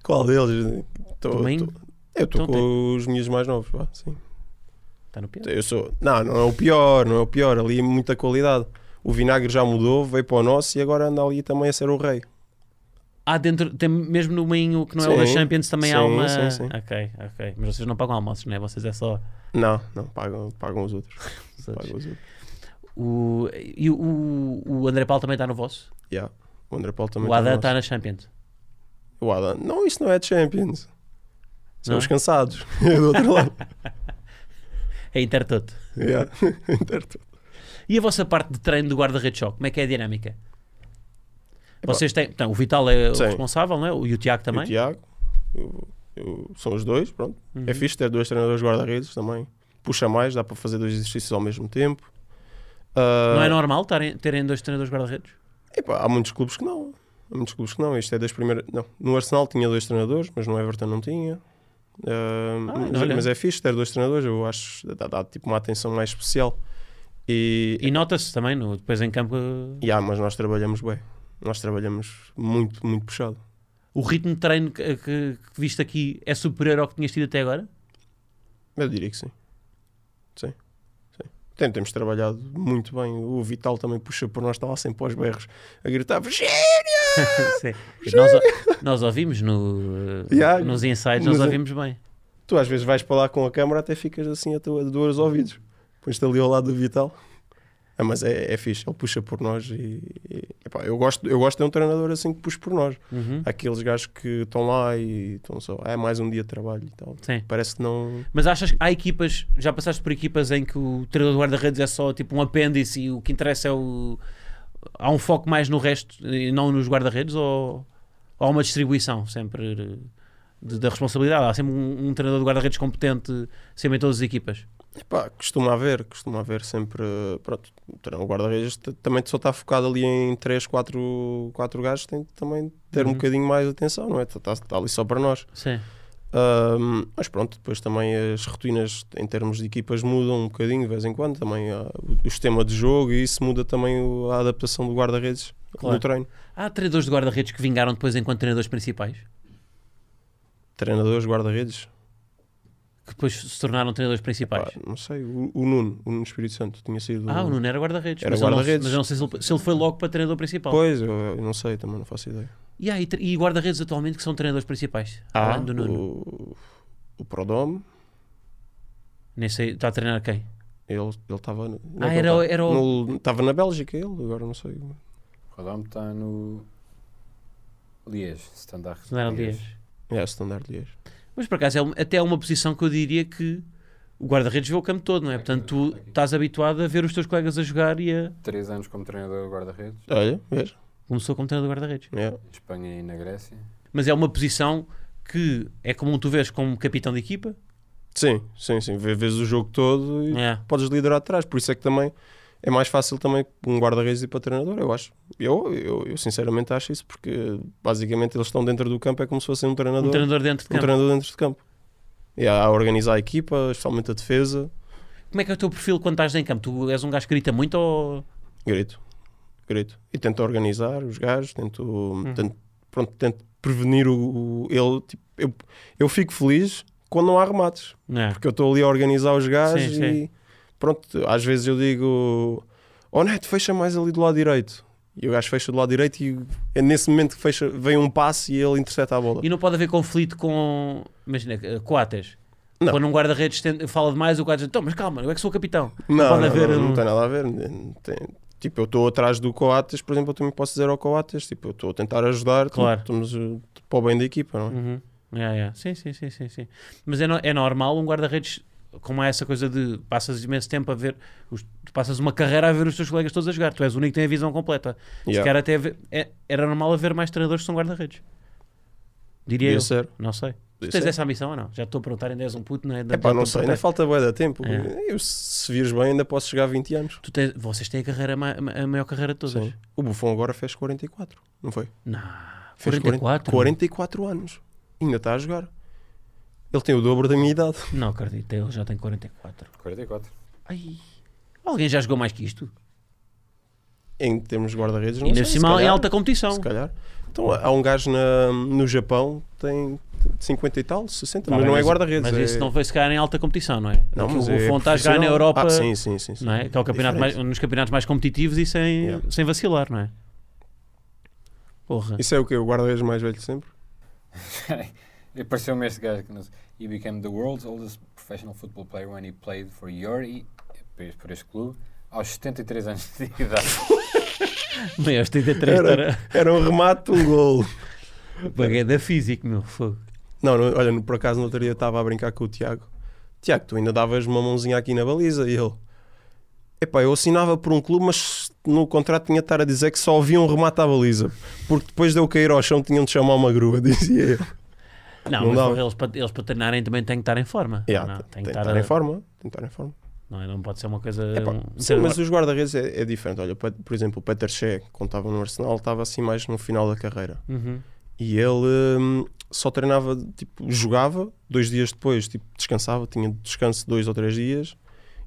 Qual deles? Tô- Também? tô- eu estou Então com os meus mais novos, pá, sim. Está no pé? Eu sou. Não, não é o pior, não é o pior. Ali é muita qualidade. O vinagre já mudou, veio para o nosso e agora anda ali também a ser o rei. Ah, dentro, tem mesmo no meinho que não é o Sim, da Champions também há sim, uma. sim, sim. Ok, ok. Mas vocês não pagam almoços, não é? Vocês é só. Não, não, pagam, pagam [LAUGHS] os outros. Pagam os outros. O, e o, o André Paulo também está no vosso? Yeah. O André Paulo também o Adam tá está na Champions. no nosso. O Adam. Não, isso não é de Champions. São Não? os cansados. [LAUGHS] É do [LAUGHS] outro lado. É Intertoto. Yeah. Certo. E a vossa parte de treino do guarda-redes só? Como é que é a dinâmica? Epá. Vocês têm. Então, o Vital é Sim. o responsável, não é? O- E o Tiago E o também? Tiago. eu- eu- são os dois, pronto. Uhum. É fixe ter dois treinadores guarda-redes também. Puxa mais, dá para fazer dois exercícios ao mesmo tempo. Ah, Não é normal tarem- terem dois treinadores guarda-redes? Epá, há muitos clubes que não. Há muitos clubes que não. Isto é das primeiras. Não, no Arsenal tinha dois treinadores, mas no Everton não tinha. Ah, mas, olha. mas é fixe ter dois treinadores, eu acho dá, dá tipo uma atenção mais especial. E, E nota-se também, no- depois em campo, eh, e há, mas nós trabalhamos bem. Nós trabalhamos muito, muito puxado. o ritmo de treino que, que- que viste aqui é superior ao que tinhas tido até agora? Eu diria que sim. Sim. sim. Tem- temos trabalhado muito bem. O Vital também puxa por nós, está lá sempre aos berros a gritar: [LAUGHS] Virgínia! Sim. Nós, nós ouvimos no, eh, Yeah. nos insights, nós Nos- ouvimos bem. Tu às vezes vais para lá com a câmara até ficas assim a tua dor aos ouvidos. Pões-te ali ao lado do Vital. Ah, mas é, é fixe, ele puxa por nós e, e, epá, eu, gosto, eu gosto de um treinador assim que puxa por nós. Uhum. Há Aqueles gajos que estão lá e estão só, "Ah, é mais um dia de trabalho e tal. Sim. Parece que não. Mas achas que há equipas, já passaste por equipas em que o treinador de guarda-redes é só tipo um apêndice e o que interessa é o. Há um foco mais no resto e não nos guarda-redes ou, ou há uma distribuição sempre eh, de- da responsabilidade? Há sempre um, um treinador de guarda-redes competente sempre em todas as equipas. Epá, costuma haver, costuma haver sempre. Pronto, o treinador guarda-redes t- também só está focado ali em 3, 4, 4 gajos, tem que também ter um Uhum. bocadinho mais de atenção, não é? Está tá, tá ali só para nós. Sim. Ahm, mas pronto, depois também as rotinas em termos de equipas mudam um bocadinho de vez em quando. Também há o, o sistema de jogo e isso muda também o- a adaptação do guarda-redes Claro. no treino. Há treinadores de guarda-redes que vingaram depois enquanto treinadores principais? Treinadores, guarda-redes? Que depois se tornaram treinadores principais? Pá, não sei, o, o Nuno, o Nuno Espírito Santo tinha sido. Ah, o Nuno era guarda-redes. Era mas eu não- guarda-redes. Mas eu não sei se ele, se ele foi logo para treinador principal. Pois, eu, eu não sei, também não faço ideia. E, há, e, tre- e guarda-redes atualmente que são treinadores principais. além Ah, do Nuno. Ah, o, o Prodome, Nem sei, está a treinar quem? ele ele estava. no- Ah, não, era o- ele era estava- no- Estava na Bélgica, ele, agora não sei. Adamo está no Liège, Standard. Não era Liège. É o standard de hoje. Mas por acaso é um- até é uma posição que eu diria que o guarda-redes vê o campo todo, não é? Portanto, tu estás habituado a ver os teus colegas a jogar e a. Três anos como treinador de guarda-redes. Olha, vês? Começou como treinador de guarda-redes. É. em Espanha e na Grécia. Mas é uma posição que é comum tu vês como capitão de equipa. Sim, sim, sim. Vê- Vês o jogo todo e É. podes liderar atrás. Por isso é que também é mais fácil também um guarda-redes ir para treinador, eu acho. Eu, eu, eu sinceramente acho isso, porque basicamente eles estão dentro do campo, é como se fossem um treinador, Um treinador dentro de um campo. treinador dentro de campo. E a a organizar a equipa, especialmente a defesa. Como é que é o teu perfil quando estás em campo? Tu és um gajo que grita muito ou. Grito, grito. E tento organizar os gajos, tento, Uhum. tento, pronto, tento prevenir o. o- ele, tipo, eu, eu fico feliz quando não há remates. É. porque eu estou ali a organizar os Sim, gajos sim. e pronto, às vezes eu digo oh Neto, fecha mais ali do lado direito e o gajo fecha do lado direito e é nesse momento que fecha, vem um passe e ele intercepta a bola E não pode haver conflito com. Imagina, eh, coates. Não. Quando um guarda-redes tenta- fala demais, o guarda-redes diz: Então, mas calma, eu é que sou o capitão. não, pode não, haver não, um- não tem nada a ver Não tem- tipo, eu estou atrás do Coates por exemplo, eu também posso dizer ao Coates tipo, eu estou a tentar ajudar, Claro. estamos eh, para o bem da equipa, não é? Uhum. Yeah, yeah. Sim, sim, sim, sim, sim. Mas é, no- é normal um guarda-redes, como há essa coisa de passas imenso tempo a ver, os- tu passas uma carreira a ver os teus colegas todos a jogar, tu és o único que tem a visão completa. Se Yeah. calhar até haver- é- era normal haver mais treinadores que são guarda-redes. Diria Podia eu. ser. Não sei. Tu Podia tens ser. essa ambição ou não? Já te estou a perguntar, ainda és um puto, não é? Da- Epá, da- não da- sei, né? ainda falta bué de tempo. É. Eu, se se vires bem, ainda posso chegar a 20 anos. Tu tens- vocês têm a, carreira, ma- ma- a maior carreira de todas. Sim. O Buffon agora fez 44, não foi? Não. Fez 44? 44 anos. Ainda está a jogar. Ele tem o dobro da minha idade. Não acredito, ele já tem 44. 44. Ai. Alguém já jogou mais que isto? Em termos de guarda-redes, não E sei. na se cima tá em calhar- alta competição. Se calhar. Então, há um gajo na- no Japão tem 50 e tal, 60, Tá mas bem, não é mas- guarda-redes. Mas é... esse não foi se calhar em alta competição, não é? Não, Porque mas o Buffon é está a jogar na profissional. Europa, Ah, sim, sim, sim. sim. não é? que é o campeonato mais, Diferente. nos campeonatos mais competitivos e sem, Yeah. sem vacilar, não é? Porra. Isso é o quê? O guarda-redes mais velho de sempre? [LAUGHS] Apareceu-me este gajo que não sei. He became the world's oldest professional football player when he played for Yuri, por este- por este clube, aos 73 anos de idade. Mas aos 33 Era, era era um remate, um golo. bagada físico, é meu fogo. Não, não, olha, no- por acaso no outro dia estava a brincar com o Tiago. Tiago, tu ainda davas uma mãozinha aqui na baliza e ele. Epá, eu assinava por um clube, mas no contrato tinha de estar a dizer que só havia um remate à baliza. Porque depois de eu cair ao chão tinham de chamar uma grua, [LAUGHS] dizia eu. Não, Não mas dá. porra, eles, para, eles para treinarem também têm que estar em forma. Yeah, não, tem que estar em a- forma. Tem que estar em forma. Não, é? não pode ser uma coisa. Epá, um- sim, ser- mas os guarda-redes é, é diferente. Olha, o Pet- por exemplo, o Peter Shea, quando estava no Arsenal, estava assim mais no final da carreira. Uhum. E ele hum, só treinava, tipo, jogava dois dias depois, tipo, descansava, tinha descanso dois ou três dias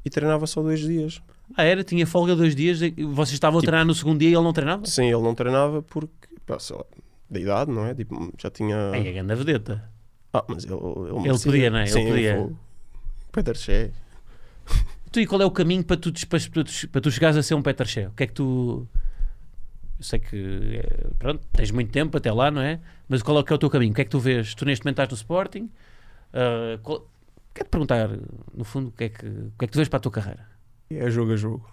e treinava só dois dias. Ah, era? Tinha folga dois dias, e vocês estavam a Tipo- treinar no segundo dia e ele não treinava? Sim, ele não treinava porque, pá, sei lá, da idade, não é? Tipo, já tinha. Aí a grande vedeta. Ah, mas ele. Ele, Ele podia, não é? Ele Sim, podia. vou- Peter Shea. Tu, e qual é o caminho para tu, des- para, tu des- para tu chegares a ser um Peter Shea? O que é que tu. Eu sei que. eh, Pronto, tens muito tempo até lá, não é? Mas qual é que é o teu caminho? O que é que tu vês? Tu neste momento estás no Sporting. ah, qual- Quero-te perguntar, no fundo, o que, é que, o que é que tu vês para a tua carreira? É jogo a jogo.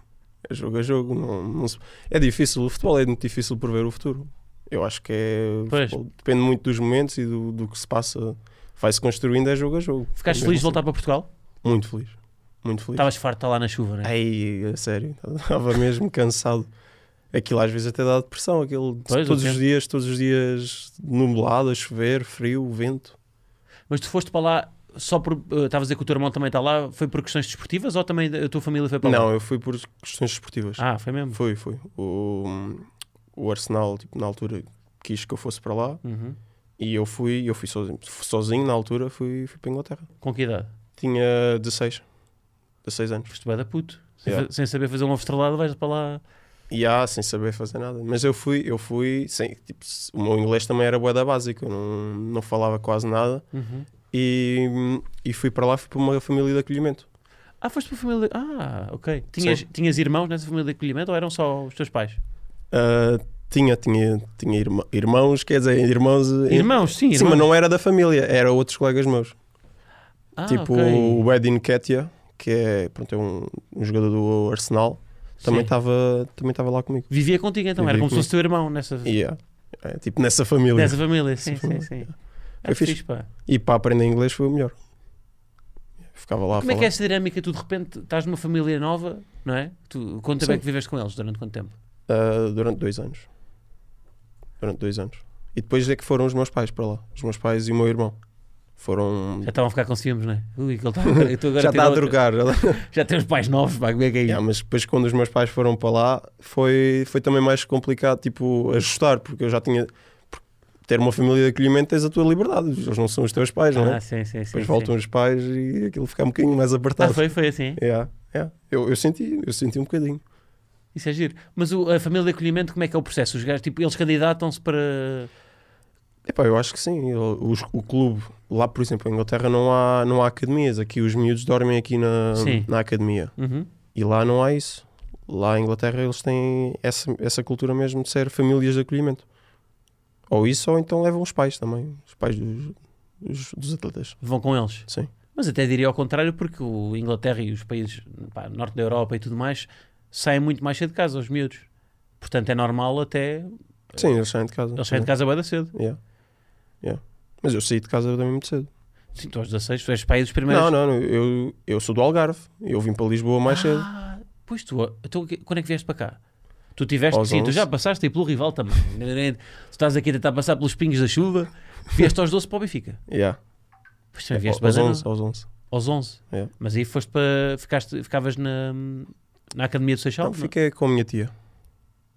É jogo a jogo. Não, não se- É difícil. O futebol é muito difícil prever o futuro. Eu acho que é. o Pois. futebol depende muito dos momentos e do, do que se passa. Vai-se construindo, é jogo a jogo. Ficaste É mesmo feliz de assim. voltar para Portugal? Muito feliz. Muito feliz. Estavas farto de estar lá na chuva, não é? Ai, a sério, [LAUGHS] estava mesmo cansado. Aquilo às vezes até dá depressão, aquilo de- Pois, todos eu os entendo. dias, todos os dias nublado, a chover, frio, vento. Mas tu foste para lá só por. eh, Estavas a dizer que o teu irmão também está lá, foi por questões desportivas ou também a tua família foi para lá? Não, eu fui por questões esportivas. Tá Ah, foi mesmo. Foi, foi. O, o Arsenal, tipo, na altura, quis que eu fosse para lá Uhum. e eu fui, eu fui sozinho. Fui Sozinho, na altura, fui, fui para a Inglaterra. Com que idade? Tinha 16, 16 anos. Foste bué da puto. Sem, Yeah. fa- sem saber fazer um ovo estrelado, vais para lá. E há, sem saber fazer nada. Mas eu fui, eu fui, sem, tipo, se- o meu inglês também era boa da básica, eu não, não falava quase nada. Uhum. E, e fui para lá, fui para uma família de acolhimento. Ah, foste para a família. de- Ah, ok. Tinhas, Sim. tinhas irmãos nessa família de acolhimento ou eram só os teus pais? Ah, tinha, tinha, tinha irmã- irmãos, quer dizer, irmãos. eh, Irmãos, sim. Sim, Irmãos. mas não era da família, era outros colegas meus. Ah, tipo ok. o Edin Ketia, que é, pronto, é um, um jogador do Arsenal. também Sim. estava também estava lá comigo. Vivia contigo então, era Vivia como se comigo. fosse teu irmão nessa, Yeah. É, tipo nessa família. nessa família. Sim, sim, família. sim. Foi Ah, fixe. fixe, pá. E para aprender inglês foi o melhor. Ficava lá a Como é falar. que é essa dinâmica? Tu de repente estás numa família nova, não é? Tu, quanto tempo é Sim. que vives com eles? Durante quanto tempo? Ah, durante dois anos. Durante dois anos. E depois é que foram os meus pais para lá. Os meus pais e o meu irmão. Foram. Já estavam a ficar com ciúmes, não é? Ui, que ele [LAUGHS] está agora, eu estou agora Já a ter está a outra. [LAUGHS] drogar. Já temos pais novos, pá, como é que é isso? Yeah, mas depois quando os meus pais foram para lá foi, foi também mais complicado tipo ajustar, porque eu já tinha porque ter uma família de acolhimento tens a tua liberdade, eles não são os teus pais, não é? ah, sim, sim, sim. depois sim. voltam os pais e aquilo fica um bocadinho mais Ah, apertado. foi, foi assim. Yeah, yeah. Eu, eu senti, eu senti um bocadinho. Isso é giro. Mas o- a família de acolhimento, como é que é o processo? Os gajos, tipo, eles candidatam-se para. Epá, eu acho que sim. Eu- os- o clube, lá por exemplo, em Inglaterra não há, não há academias. Aqui os miúdos dormem aqui na, Sim. na academia. Uhum. E lá não há isso. Lá em Inglaterra eles têm essa, essa cultura mesmo de ser famílias de acolhimento. Ou isso, ou então levam os pais também. Os pais dos, dos, dos atletas. Vão com eles. Sim. Mas até diria ao contrário, porque o Inglaterra e os países pá, norte da Europa e tudo mais saem muito mais cedo de casa, os miúdos. Portanto, é normal até. Sim, eles saem de casa. Eles saem de casa bem cedo. Yeah. Yeah. Mas eu saí de casa também muito cedo. Sim, tu aos 16, tu és pai dos primeiros. Não, não, não, eu, eu sou do Algarve. Eu vim para Lisboa mais cedo. Ah, pois tu, então, que- quando é que vieste para cá? Tu tiveste, Aos sim, tu 11. já passaste aí pelo rival [LAUGHS] também. tu estás aqui a tentar passar pelos pingos da chuva, vieste aos 12 para o Benfica. Yeah. Pois também vieste É, aos, bem, não? 11, aos 11. aos 11. É. Mas aí foste para. Ficaste, ficavas na, na Academia do Seixal? Não, não? fiquei com a minha tia.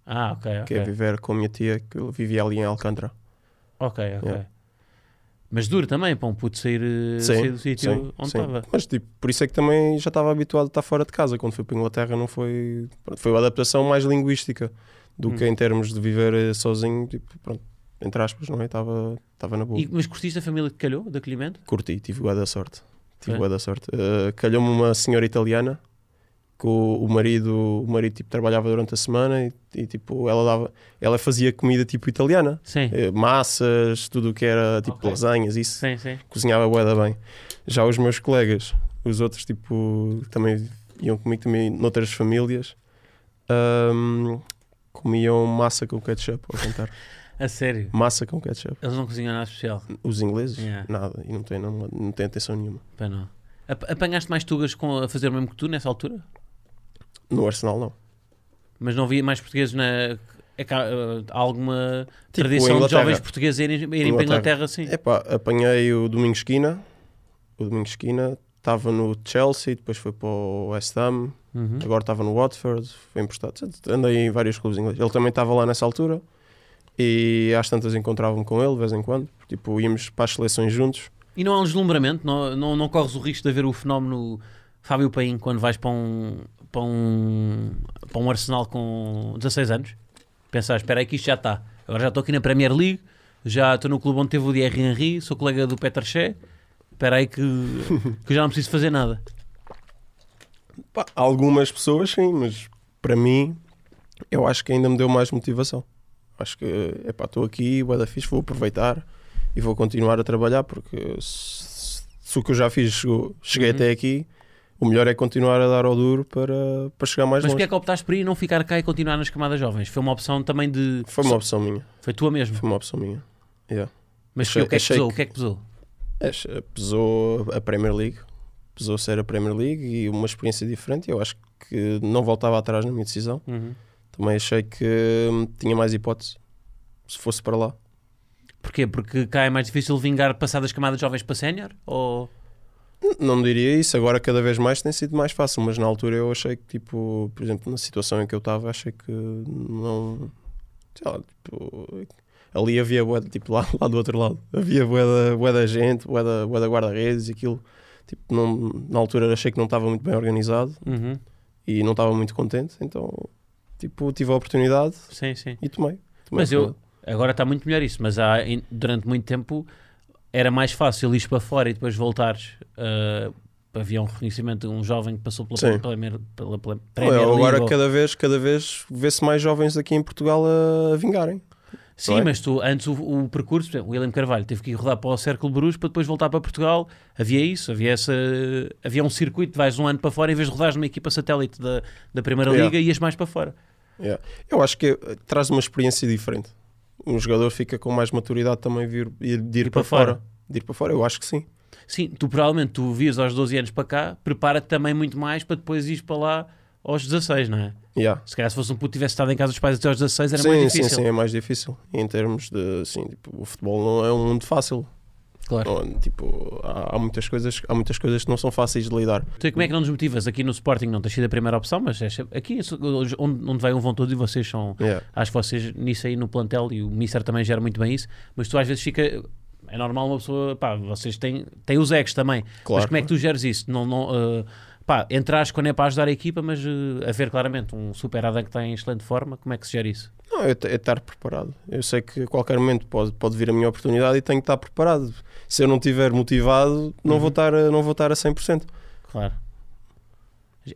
Ah, ok, Fiquei a ok. é viver com a minha tia, que eu vivia ali em Alcântara. Ok, ok. Yeah. Mas duro também para um puto sair, eh, É. Sim, sair do sítio sim, onde sim. estava. Mas tipo, por isso é que também já estava habituado a estar fora de casa. Quando fui para a Inglaterra não foi... pronto, foi uma adaptação mais linguística do que Hum. em termos de viver eh, sozinho, tipo, pronto, entre aspas, não é? Estava, estava na boa. E- Mas curtiste a família que calhou, de acolhimento? Curti, tive boa da sorte. Tive Foi? boa da sorte. Eh, Calhou-me uma senhora italiana que o, o marido, o marido tipo, trabalhava durante a semana e, e, tipo, ela, dava, ela fazia comida tipo italiana. Sim, Eh, Massas, tudo o que era tipo Ok. lasanhas, isso sim, sim. cozinhava boeda bem. Já os meus colegas, os outros tipo, também iam comigo também noutras famílias, ahm, comiam massa com ketchup ao jantar. A sério. Massa com ketchup. Eles não cozinham nada especial. Os ingleses? Yeah. Nada. E não têm, não, não têm atenção nenhuma. Pá, não. Ap- Apanhaste mais tugas com, a fazer o mesmo que tu nessa altura? No Arsenal não. Mas não havia mais portugueses na. É que há, eh, há alguma Tipo, tradição de Inglaterra. jovens portugueses irem, irem para a Inglaterra, Inglaterra. É sim. Epá, apanhei o Domingo Esquina. O Domingo Esquina estava no Chelsea, depois foi para o West Ham, Uhum. Agora estava no Watford, foi emprestado. Portanto, Andei em vários clubes ingleses. Ele também estava lá nessa altura e às tantas encontrava-me com ele de vez em quando. Tipo, íamos para as seleções juntos. E não há um deslumbramento? Não, não, não corres o risco de haver o fenómeno Fábio Paim quando vais para um, para um, para um Arsenal com 16 anos? Pensar, espera aí que isto já está. Agora já estou aqui na Premier League, já estou no clube onde teve o Thierry Henry, sou colega do Peter Shea, espera [LAUGHS] aí que, que já não preciso fazer nada. Pá, algumas pessoas sim, mas para mim eu acho que ainda me deu mais motivação. Acho que epá, estou aqui, o da fixe, vou aproveitar e vou continuar a trabalhar porque se, se o que eu já fiz chegou- cheguei Uhum. até aqui, o melhor é continuar a dar ao duro para, para chegar mais Mas longe. porque é que optaste por ir e não ficar cá e continuar nas camadas jovens? Foi uma opção também de... Foi uma opção minha. Foi tua mesmo. Foi uma opção minha. Mas Achei- o que é que achei pesou? que- O que é que pesou? Acho- eh, pesou a Premier League, pesou ser a Premier League e uma experiência diferente. Eu acho que não voltava atrás na minha decisão. Uhum. Também achei que hum, tinha mais hipótese se fosse para lá. Porquê? Porque cá é mais difícil vingar passar das camadas jovens para sénior? Ou... N- Não diria isso, agora cada vez mais tem sido mais fácil, mas na altura eu achei que, tipo, por exemplo, na situação em que eu estava, achei que não. Sei lá, tipo, ali havia bué, de- tipo, lá, [LAUGHS] lá do outro lado, havia bué da- bué da gente, bué da bué da guarda-redes e aquilo. Tipo, não, na altura achei que não estava muito bem organizado. Uhum. e não estava muito contente, então tipo, tive a oportunidade Sim, sim. e tomei. Tomei Mas a eu, oportunidade. agora está muito melhor isso, mas há, em- durante muito tempo era mais fácil ir para fora e depois voltares. ah, havia um reconhecimento de um jovem que passou pela, Sim. Premier- pela, pela Não, Premier eu League. agora ou- cada vez, cada vez vê-se mais jovens aqui em Portugal a, a vingarem. Sim, mas tu, antes o, o percurso, por exemplo, o William Carvalho teve que ir rodar para o Círculo de Bruges para depois voltar para Portugal. Havia isso, havia, essa, havia um circuito, vais um ano para fora, em vez de rodares numa equipa satélite da, da Primeira Yeah. Liga, ias mais para fora. Yeah. Eu acho que eh, traz uma experiência diferente. Um jogador fica com mais maturidade também vir, ir- de ir Ir para, para fora. fora. De ir para fora, eu acho que sim. Sim, tu provavelmente tu vias aos 12 anos para cá, prepara-te também muito mais para depois ires para lá aos 16, não é? Yeah. Se calhar se fosse um puto que tivesse estado em casa dos pais até aos 16 era sim, mais difícil. sim, sim, é mais difícil. Em termos de, assim, tipo, o futebol não é um mundo fácil. Claro. Não, tipo, há, há muitas coisas, há muitas coisas que não são fáceis de lidar. Tu e como é que não nos motivas? Aqui no Sporting não tens sido a primeira opção, mas é sempre- aqui onde, onde vai um vão todos e vocês são... Yeah. Acho que vocês nisso aí no plantel, e o Mister também gera muito bem isso, mas tu às vezes fica... É normal uma pessoa... Pá, vocês têm, têm os egos também. Claro. Mas como é que tu geres isso? Não, não, eh, pá, entras quando é para ajudar a equipa, mas eh, a ver claramente um super Adam que está em excelente forma, como é que se gera isso? Não, eu te- é estar preparado. Eu sei que a qualquer momento pode, pode vir a minha oportunidade e tenho que estar preparado. Se eu não estiver motivado, não, Uhum. vou estar a, não vou estar [LAUGHS] a 100%. Claro.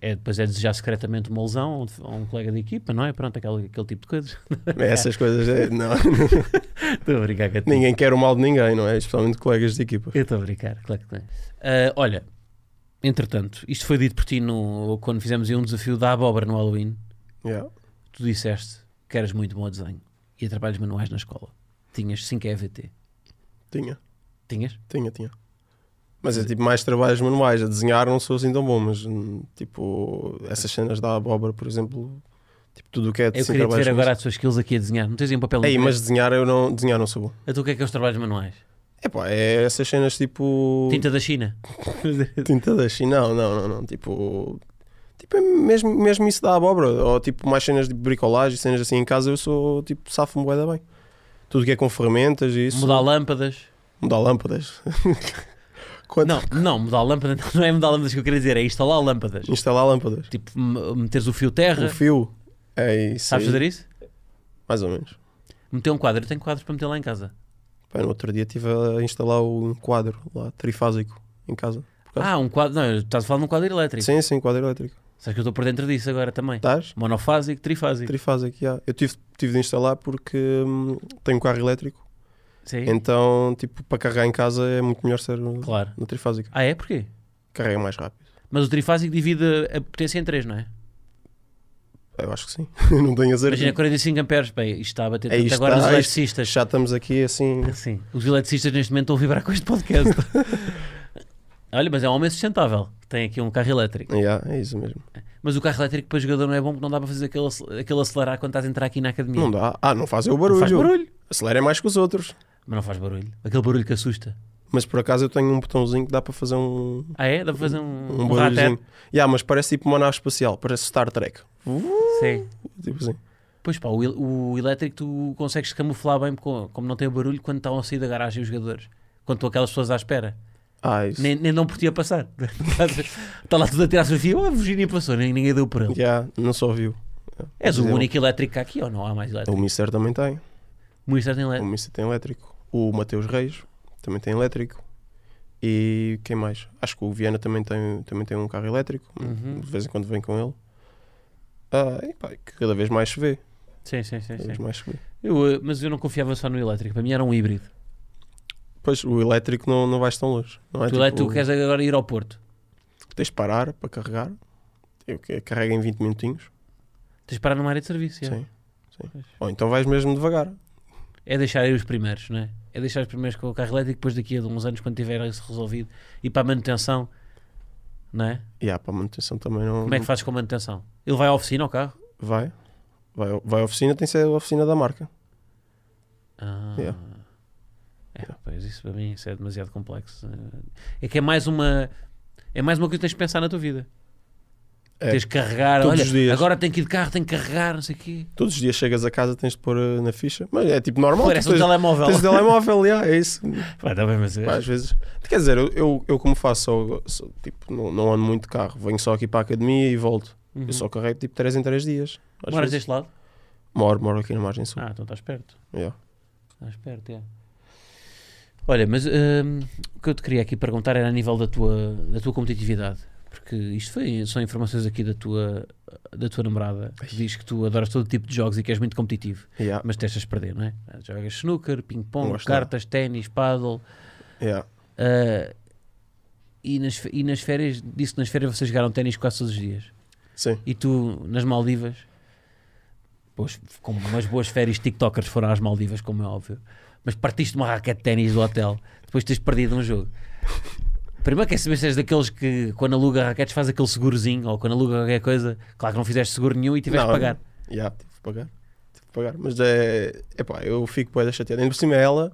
É, depois é desejar secretamente uma lesão a um, a um colega de equipa, não é? Pronto, aquele, aquele tipo de coisas. Essas coisas, é- não. [LAUGHS] [LAUGHS] Estou a brincar com a ti. ninguém quer o mal de ninguém, não é? Especialmente colegas de equipa. Eu estou a brincar, claro que tem. Ah, olha, entretanto, isto foi dito por ti no, quando fizemos aí um desafio da abóbora no Halloween. Yeah. Tu disseste que eras muito bom a desenho e a trabalhos manuais na escola. Tinhas 5 EVT. Tinha, Tinhas? tinha, tinha. Mas é tipo mais trabalhos manuais. A desenhar não sou assim tão bom, mas hum, tipo, essas cenas da abóbora, por exemplo, tipo, tudo o que é de Eu sim, queria te trabalhos ver agora manuais. as tuas skills aqui a desenhar. Não tens aí um papel Ei, em mas desenhar eu não, desenhar não sou bom. A tu o que é que é os trabalhos manuais? Epá, é essas cenas tipo. Tinta da China. Tinta da China, não, não, não, não. Tipo, tipo é mesmo, mesmo isso da abóbora, ou tipo mais cenas de bricolagem, cenas assim em casa, eu sou tipo safo-me bué da bem. Tudo que é com ferramentas e isso. Mudar lâmpadas. Mudar lâmpadas. [LAUGHS] Quanto Não, não, mudar lâmpadas [LAUGHS] não é mudar lâmpadas que eu queria dizer, é instalar lâmpadas. instalar lâmpadas. Tipo, m- meteres o fio O terra. fio. É isso. Sabes aí. fazer isso? Mais ou menos. Meter um quadro. Eu tenho quadros para meter lá em casa. Pá, no outro dia estive a instalar um quadro lá, trifásico, em casa. Quadro. Ah, um quadro. Não, estás a falar de um quadro elétrico. Sim, sim, quadro elétrico. Sabes que eu estou por dentro disso agora também. Estás? Monofásico, trifásico. Trifásico, já. Eu tive, tive de instalar porque hum, tenho carro elétrico. Sim, Então, tipo, para carregar em casa é muito melhor ser no- claro. no trifásico. Ah, é? Porquê? Carrega mais rápido. Mas o trifásico divide a potência em 3, não é? Eu acho que sim. [LAUGHS] não tenho a Imagina certeza. 45 amperes. Bem, isto está a bater Aí tanto agora está, nos isto- eletricistas. Já estamos aqui assim. Sim. Os eletricistas neste momento estão a vibrar com este [LAUGHS] podcast. Olha, mas é um homem sustentável. Tem aqui um carro elétrico. Yeah, é isso mesmo. Mas o carro elétrico para jogador não é bom porque não dá para fazer aquele, acel- aquele acelerar quando estás a entrar aqui na academia. Não dá. Ah, não fazem o barulho. Faz barulho. Acelera mais que os outros. Mas não faz barulho. Aquele barulho que assusta. Mas por acaso eu tenho um botãozinho que dá para fazer um, Ah é? Dá para fazer um, um, um, barulhinho. rateto? Yeah, mas parece tipo uma nave espacial. Parece Star Trek. Sim. Tipo assim. Pois pá, o, el- o elétrico tu consegues camuflar bem com, como não tem barulho quando estão a sair da garagem os jogadores. Quando estão aquelas pessoas à espera. Ah, isso. Nem, nem dão por ti a passar. [LAUGHS] Está lá tudo a tirar a fotografia. Oh, a Virginia passou. Nem, ninguém deu por ele. Yeah, não só viu. Yeah. És o Mas é único elétrico que há aqui ou não há mais O elétrico? Mister também tem. O Ministério tem O elétrico. Mister tem elétrico. O Mateus Reis também tem elétrico. E quem mais? Acho que o Viana também tem, também tem um carro elétrico. Uhum. De vez em quando vem com ele. Ah, e pá, que cada vez mais se vê. Sim, sim, sim. Cada sim. vez mais se vê. Eu, eh, mas eu não confiava só no elétrico. Para mim era um híbrido. Pois, o elétrico não, não vais tão longe. Não é tu, elé- tipo, tu queres agora ir ao Porto. Tens de parar para carregar. Eu que- carrego em 20 minutinhos. Tens de parar numa área de serviço. é. Sim. sim. Ou então vais mesmo devagar. É deixar aí os primeiros, não é? É deixar os primeiros com o carro elétrico depois daqui a uns anos, quando tiver isso resolvido, e para a manutenção, não é? E há para a manutenção também não. Como é que fazes com a manutenção? Ele vai à oficina ao carro? Vai. Vai, ao- vai à oficina, tem que ser a oficina da marca. Ah. Yeah. É, pois isso para mim isso é demasiado complexo. É que é mais uma. É mais uma coisa que tens de pensar na tua vida. É. Tens de carregar, Todos olha, os dias. agora tenho que ir de carro, tenho que carregar, não sei o quê. Todos os dias chegas a casa, tens de pôr eh, na ficha. Mas é tipo normal. Parece tu um tens, telemóvel. tens o telemóvel, yeah, [LAUGHS] é isso. Pá, tá bem, mas é- Pá, às vezes. Quer dizer, eu, eu, eu como faço, só, só, tipo, não, não ando muito de carro, venho só aqui para a academia e volto. Uhum. Eu só carrego tipo 3 em 3 dias. Às Moras vezes. deste lado? Moro, moro aqui na margem sul. Ah, então estás perto. Yeah. Ah, esperto, é. Olha, mas hum, o que eu te queria aqui perguntar era a nível da tua, da tua competitividade. Porque isto foi, são informações aqui da tua, da tua namorada que diz que tu adoras todo tipo de jogos e que és muito competitivo, Yeah, mas testas perder, não é? Jogas snooker, Não ping-pong, Ah. gosto nada. cartas, ténis, paddle. yeah. ah, e, nas, fe- e nas férias, disse que nas férias vocês jogaram ténis quase todos os dias. Sim. E tu, nas Maldivas, pois, com umas boas férias, tiktokers foram às Maldivas, como é óbvio, mas partiste uma raquete de ténis do hotel depois de teres perdido um jogo. Primeiro quer saber se és daqueles que, quando aluga raquetes, faz aquele segurozinho, ou quando aluga qualquer coisa, claro que não fizeste seguro nenhum e tiveste Não, de pagar. Yeah, tive que pagar. Tive que pagar. Mas é. Epá, eu fico bué da chateada. Ainda por cima, ela.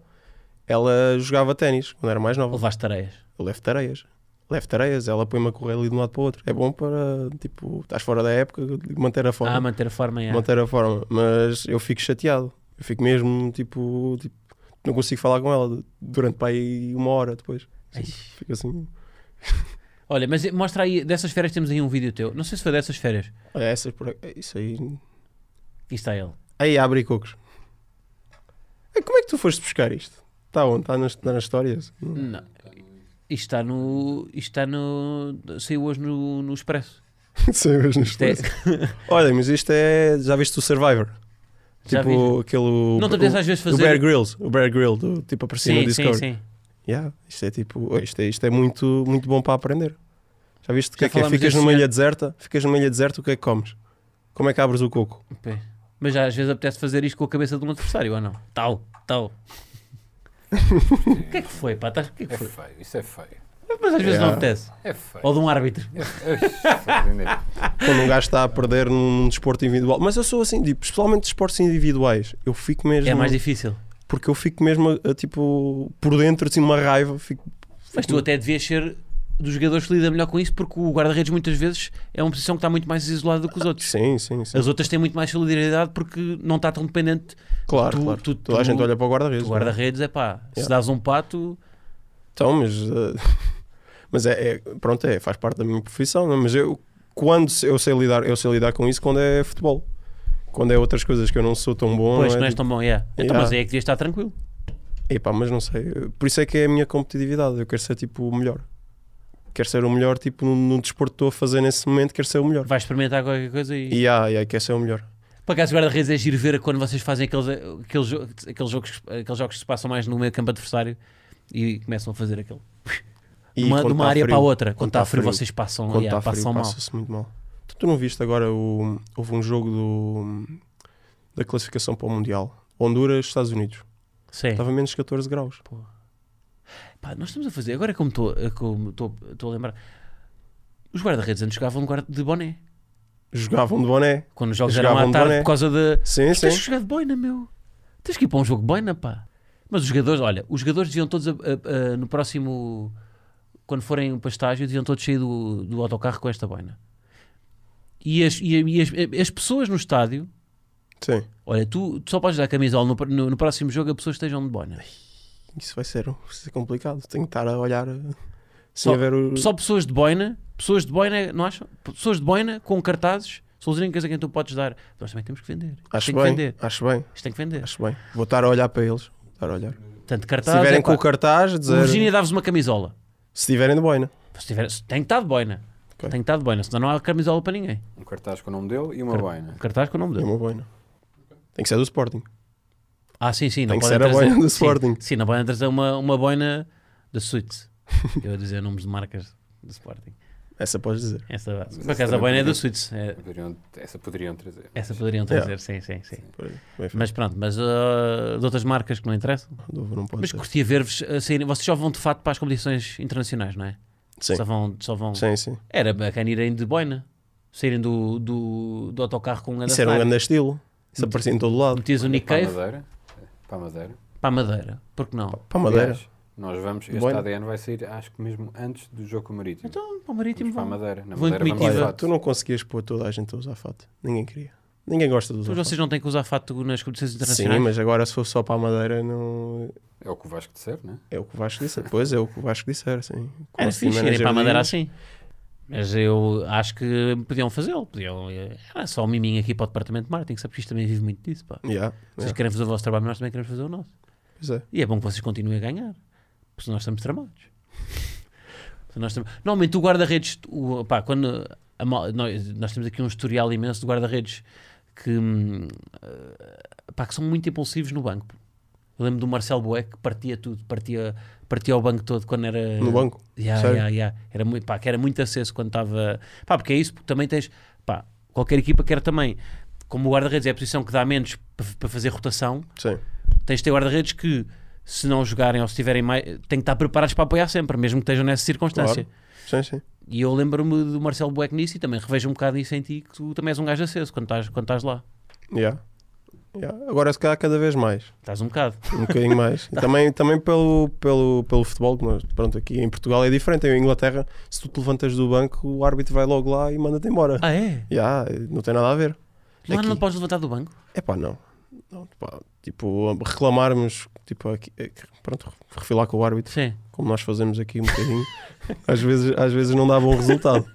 Ela jogava ténis quando era mais nova. Levaste tareias. Eu levo tareias. Levo tareias. Ela põe-me a correr ali de um lado para o outro. É bom para, tipo, estás fora da época, manter a forma. Ah, manter a forma é. manter a forma. Mas eu fico chateado. Eu fico mesmo, tipo, tipo, não consigo falar com ela durante para aí uma hora depois. Ai. Fico assim. Olha, mas mostra aí, dessas férias temos aí um vídeo teu. Não sei se foi dessas férias. Olha, essas por aí- Isso aí. Aqui está ele. Aí abre cocos. Ai, Como é que tu foste buscar isto? Está onde? Está nas, tá nas histórias? [LAUGHS] Não. Isto está no. Isto está no. Saiu hoje no, no Expresso. Sim, mas nos Isto é- parece. Olha, mas isto é. Já viste o Survivor? Já tipo aquele. Não te apetece às vezes O Bear fazer. Grylls, o Bear Grylls, do, tipo aparecia no Sim, sim, Discord. sim. Yeah, isto é tipo, oh, isto é, isto é muito, muito bom para aprender. Já viste o que Já é que é? falámos Ficas desse numa senhor. ilha deserta, ficas numa ilha deserta, o que é que comes? Como é que abres o coco? Ok. Mas já às vezes apetece fazer isto com a cabeça de um adversário ou não? Tal, [LAUGHS] tal. O que é que foi, pá? Tás- O que é que [LAUGHS] É foi? feio, isso é feio. Mas às vezes não Yeah. apetece. É feio. Ou de um árbitro. É feio. Foda-se, ainda- Quando um gajo está a perder num desporto individual. Mas eu sou assim, tipo, especialmente desportos individuais, eu fico mesmo. É mais difícil. Porque eu fico mesmo, a- a, tipo, por dentro, assim, uma raiva. Fico, Mas um- tu até devias ser dos jogadores que lida melhor com isso, porque o guarda-redes muitas vezes é uma posição que está muito mais isolada do que os outros. Sim, sim, sim. As outras têm muito mais solidariedade porque não está tão dependente. Claro, tu- claro. tu- Toda a tu- gente olha para o O guarda-redes. não é? guarda-redes é pá, se Yeah. dás um pato, Então, mas. eh, [LAUGHS] mas é, é- Pronto, é, faz parte da minha profissão, não é? mas eu. Quando se- eu sei lidar, eu sei lidar com isso quando é futebol. Quando é outras coisas que eu não sou tão bom. pois é não és tipo, tão bom, yeah. Então, Yeah. mas aí é que devias estar tranquilo. Epá, mas não sei. Por isso é que é a minha competitividade. Eu quero ser tipo o melhor. Quero ser o melhor, tipo, num, num desporto que estou a fazer nesse momento, quero ser o melhor. Vais experimentar qualquer coisa e. E há, e há, quero ser o melhor. Para acaso, o guarda-redes é giro ver quando vocês fazem aqueles, aqueles, jo- aqueles, jogos, aqueles jogos que se passam mais no meio campo adversário e começam a fazer aquele. E Uma, de quando uma tá área frio- para a outra. Quando, tá está frio, vocês passam, quando yeah, tá frio, passam mal. passa-se muito mal. Tu, tu não viste agora o. Houve um jogo do, da classificação para o Mundial. Honduras, Estados Unidos. Sim. Estava menos 14 graus. Pá, nós estamos a fazer. Agora, é como estou como estou- estou a lembrar, os guarda-redes antes jogavam de guarda- de boné. Jogavam um de boné. Quando os jogos Jogavam eram à de tarde boné. por causa de. Sim, Mas sim. tens que jogar de boina, meu. Tens que ir para um jogo de boina, pá. Mas os jogadores, olha, os jogadores deviam todos, a- a- a- no próximo, quando forem para estágio, deviam todos sair do, do autocarro com esta boina. E as, e, a- e as, as pessoas no estádio, Sim. olha, tu, tu só podes dar camisola no, pr- no, no próximo jogo a pessoas estejam de boina. Isso vai ser, vai ser complicado. Tenho que estar a olhar eh, sem Só- haver o. Só pessoas de boina, pessoas de boina, não acham? Pessoas de boina com cartazes são as únicas a quem tu podes dar. Nós também temos que vender. Isto acho tem que bem, vender. acho bem, Isto tem que vender. acho bem. Vou estar a olhar para eles. Vou estar a olhar. Portanto, Se cartazes. tiverem é com pá, o cartaz, o dizer. Virgínia dava-vos uma camisola. Se tiverem de boina. Se tiver, se- tem que estar de boina. Tem Ok. que estar de boina, senão não há camisola para ninguém. Um cartaz com o nome dele e uma Car- boina. Um cartaz com o nome É dele. uma boina. Tem que ser do Sporting. Ah, sim, sim. Não Tem que podem ser a trazer- boina do sim, Sporting. Sim, não podem trazer uma, uma boina da [LAUGHS] Suits. Eu a dizer nomes de marcas do Sporting. Essa podes dizer. Essa base. Mas Por essa acaso a também boina é podia- do Suits. É, Poderiam- essa poderiam trazer. essa poderiam trazer, sim, sim, sim. Pois, Bem feito. Mas pronto, mas ah, de outras marcas que não interessam. Não pode Mas ser. curtia ver-vos a saírem. Vocês só vão de fato para as competições internacionais, não é? Sim. Só vão. Só vão... Sim, sim. Era bacana irem de boina. Saírem do, do, do autocarro com um grande Isso era um Ferrari. grande estilo. Isso Muito- aparecia em todo lado. Metias o Nick Para a Cave Madeira. Para a Madeira. para a Madeira. Porque não? Para a Madeira. Aliás, nós vamos, este Boina. ADN vai sair, acho que mesmo antes do jogo com o Marítimo. Então, para o vamos Marítimo para a vão. Madeira. Na vou em Madeira vamos comitiva. de Olha, fato. tu não conseguias pôr toda a gente a usar fato. Ninguém queria. Ninguém gosta de Mas usar fato. Então, vocês não têm que usar fato nas competições Sim, internacionais? mas agora se for só para a Madeira, não, É o que o Vasco disser, né? É o que o Vasco disser. Pois é o que o Vasco disser, sim. Com Era o team fixe irem manager É para a Madeira deles. assim. Mas eu acho que podiam fazê-lo. Podiam... Era só um miminho aqui para o departamento de marketing, sabe que isto também vive muito disso. Pá. Yeah, é Vocês é. yeah, querem fazer o vosso trabalho, nós também queremos fazer o nosso. pois é. [LAUGHS] E é bom que vocês continuem a ganhar, porque nós estamos tramados. Nós temos- Normalmente o guarda-redes, o- pá, quando a mal- nós, nós temos aqui um historial imenso de guarda-redes que, hum, eh, pá, que são muito impulsivos no banco. Eu lembro do Marcelo Boeck que partia tudo, partia, partia o banco todo quando era no banco. Yeah, Sério? yeah, yeah. Era muito, pá, que era muito acesso quando estava. Pá, porque é isso, porque também tens. Pá, qualquer equipa quer também. Como o guarda-redes é a posição que dá menos para para fazer rotação, Sim. tens de ter guarda-redes que, se não jogarem ou se tiverem mais. têm que estar preparados para apoiar sempre, mesmo que estejam nessa circunstância. Sim, sim. E eu lembro-me do Marcelo Bueck nisso e também revejo um bocado isso em ti, que tu também és um gajo aceso quando estás, quando estás lá. Yeah. Yeah. Agora se calhar cada vez mais. Estás um bocado. Um bocadinho mais. E também também pelo, pelo, pelo futebol, que nós, pronto, aqui em Portugal é diferente. Em Inglaterra, se tu te levantas do banco, o árbitro vai logo lá e manda-te embora. [LAUGHS] Ah, é? Yeah, não tem nada a ver. Lá Aqui- não podes levantar do banco. É pá, não. Não, pá, tipo, reclamarmos, tipo, aqui, eh, pronto, refilar com o árbitro, Sim. como nós fazemos aqui um bocadinho, [LAUGHS] às, vezes, às vezes não dá bom resultado.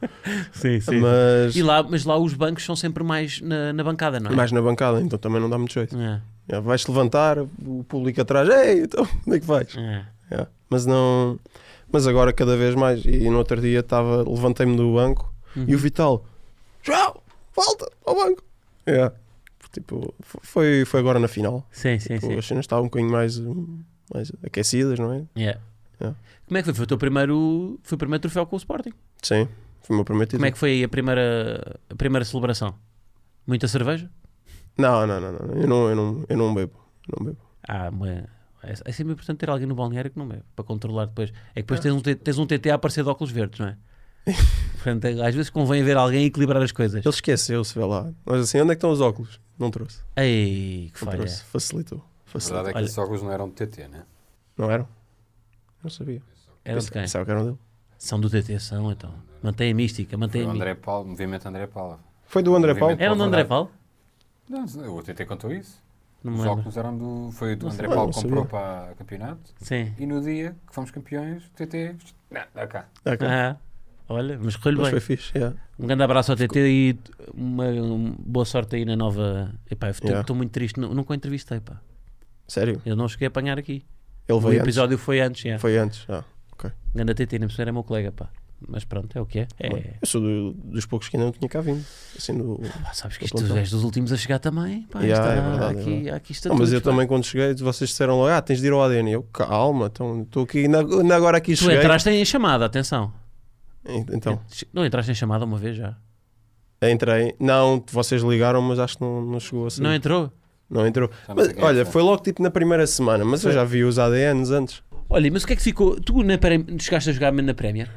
Sim, Mas E lá, mas lá os bancos são sempre mais na, na bancada, não é? mais na bancada, então também não dá muito jeito. É, É, vais te levantar, o público atrás, ei, então, [LAUGHS] onde é que vais? é. É, Mas não. Mas agora cada vez mais. E no outro dia estava, levantei-me do banco Uhum. e o Vital, João, volta ao banco. É, Tipo, fo- foi, foi agora na final. Sim, sim, Tipo, sim. as cenas estavam um bocadinho mais, hum, mais aquecidas, não é? Yeah. Yeah. Como é que foi? Foi o teu primeiro, foi o primeiro troféu com o Sporting. Sim, foi o meu primeiro título. Como é que foi aí a primeira, a primeira celebração? Muita cerveja? Não, não, não, não. Eu não, eu não, eu não bebo. Eu não bebo. Ah, mas é sempre importante ter alguém no balneário que não bebe, para controlar depois. É que Ah. depois tens um, T- tens um TT a aparecer de óculos verdes, [LAUGHS] não é? Portanto, é- às vezes convém haver alguém a equilibrar as coisas. Ele esqueceu-se, vê lá. Mas assim, onde é que estão os óculos? Não trouxe. Ei, que Não falha. trouxe. Facilitou. A Facilitou. verdade é que Olha. esses óculos não eram de TT, né? Não eram? Não sabia. Era de quem? Pensava que eram dele. São do TT, são então. Mantém a mística, Foi mantém o a mística. André Paulo, o movimento André Paulo. Foi do André Paulo? Movimento. Era do André Verdade. Paulo? Não, o TT contou isso. Não me Os lembro. óculos eram do. Foi do André sei. Paulo Ah, que não sabia. comprou para campeonato. Sim. E no dia que fomos campeões, o TT. Não, dá cá. Ah, ok. Ah, olha, mas correu Mas bem. foi fixe. yeah. Um grande abraço ao TT e uma, um, boa sorte aí na nova. Epá, eu estou Yeah. estou muito triste, nu- nunca o entrevistei, pá. Sério? Eu não cheguei a apanhar aqui. Ele o veio antes? episódio né? foi antes, yeah. Foi antes. Ah, Ganda TT, nem era meu colega, pá. Mas pronto, é o que é. é. Eu sou do- dos poucos que ainda não tinha cá vindo. Assim, do... Pá, sabes que Eu isto plantão. és dos últimos a chegar também, pá. Yeah, está, é verdade, é aqui, verdade. aqui está Não, mas tudo, eu pá. também quando cheguei, vocês disseram logo, ah, tens de ir ao ADN. Eu, calma, então, estou aqui, ainda, ainda agora aqui Tu cheguei. entraste em chamada, atenção. Então, Ent- Não entraste em chamada uma vez já. entrei. Não, vocês ligaram, mas acho que não, não chegou a sair. Não entrou? Não entrou. Já não Mas, sei quem é olha, que é. foi logo tipo na primeira semana, mas eu já vi os ADNs antes. Olha, mas o que é que ficou? Tu na Prem- chegaste a jogar na Premier?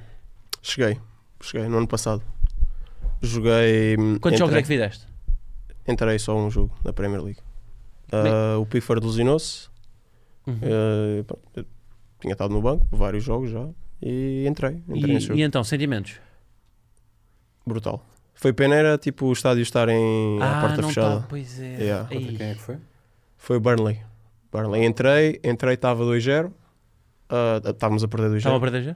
Cheguei, cheguei no ano passado. Joguei. hum, Quantos jogos é entrei, que fizeste? Entrei só um jogo na Premier League. Ah, o Pickford lesionou-se. Uhum. Ah, pronto, eu tinha estado no banco, vários jogos já. E entrei. entrei nesse E, jogo. e então, sentimentos? Brutal. Foi pena era tipo o estádio estar em à ah, porta não fechada. tá, pois é. Yeah. Ei. Quem é que foi? Foi o Burnley. Burnley. Entrei, entrei, estava 2-0. Ah, Estávamos a perder 2-0. Estava a perder já?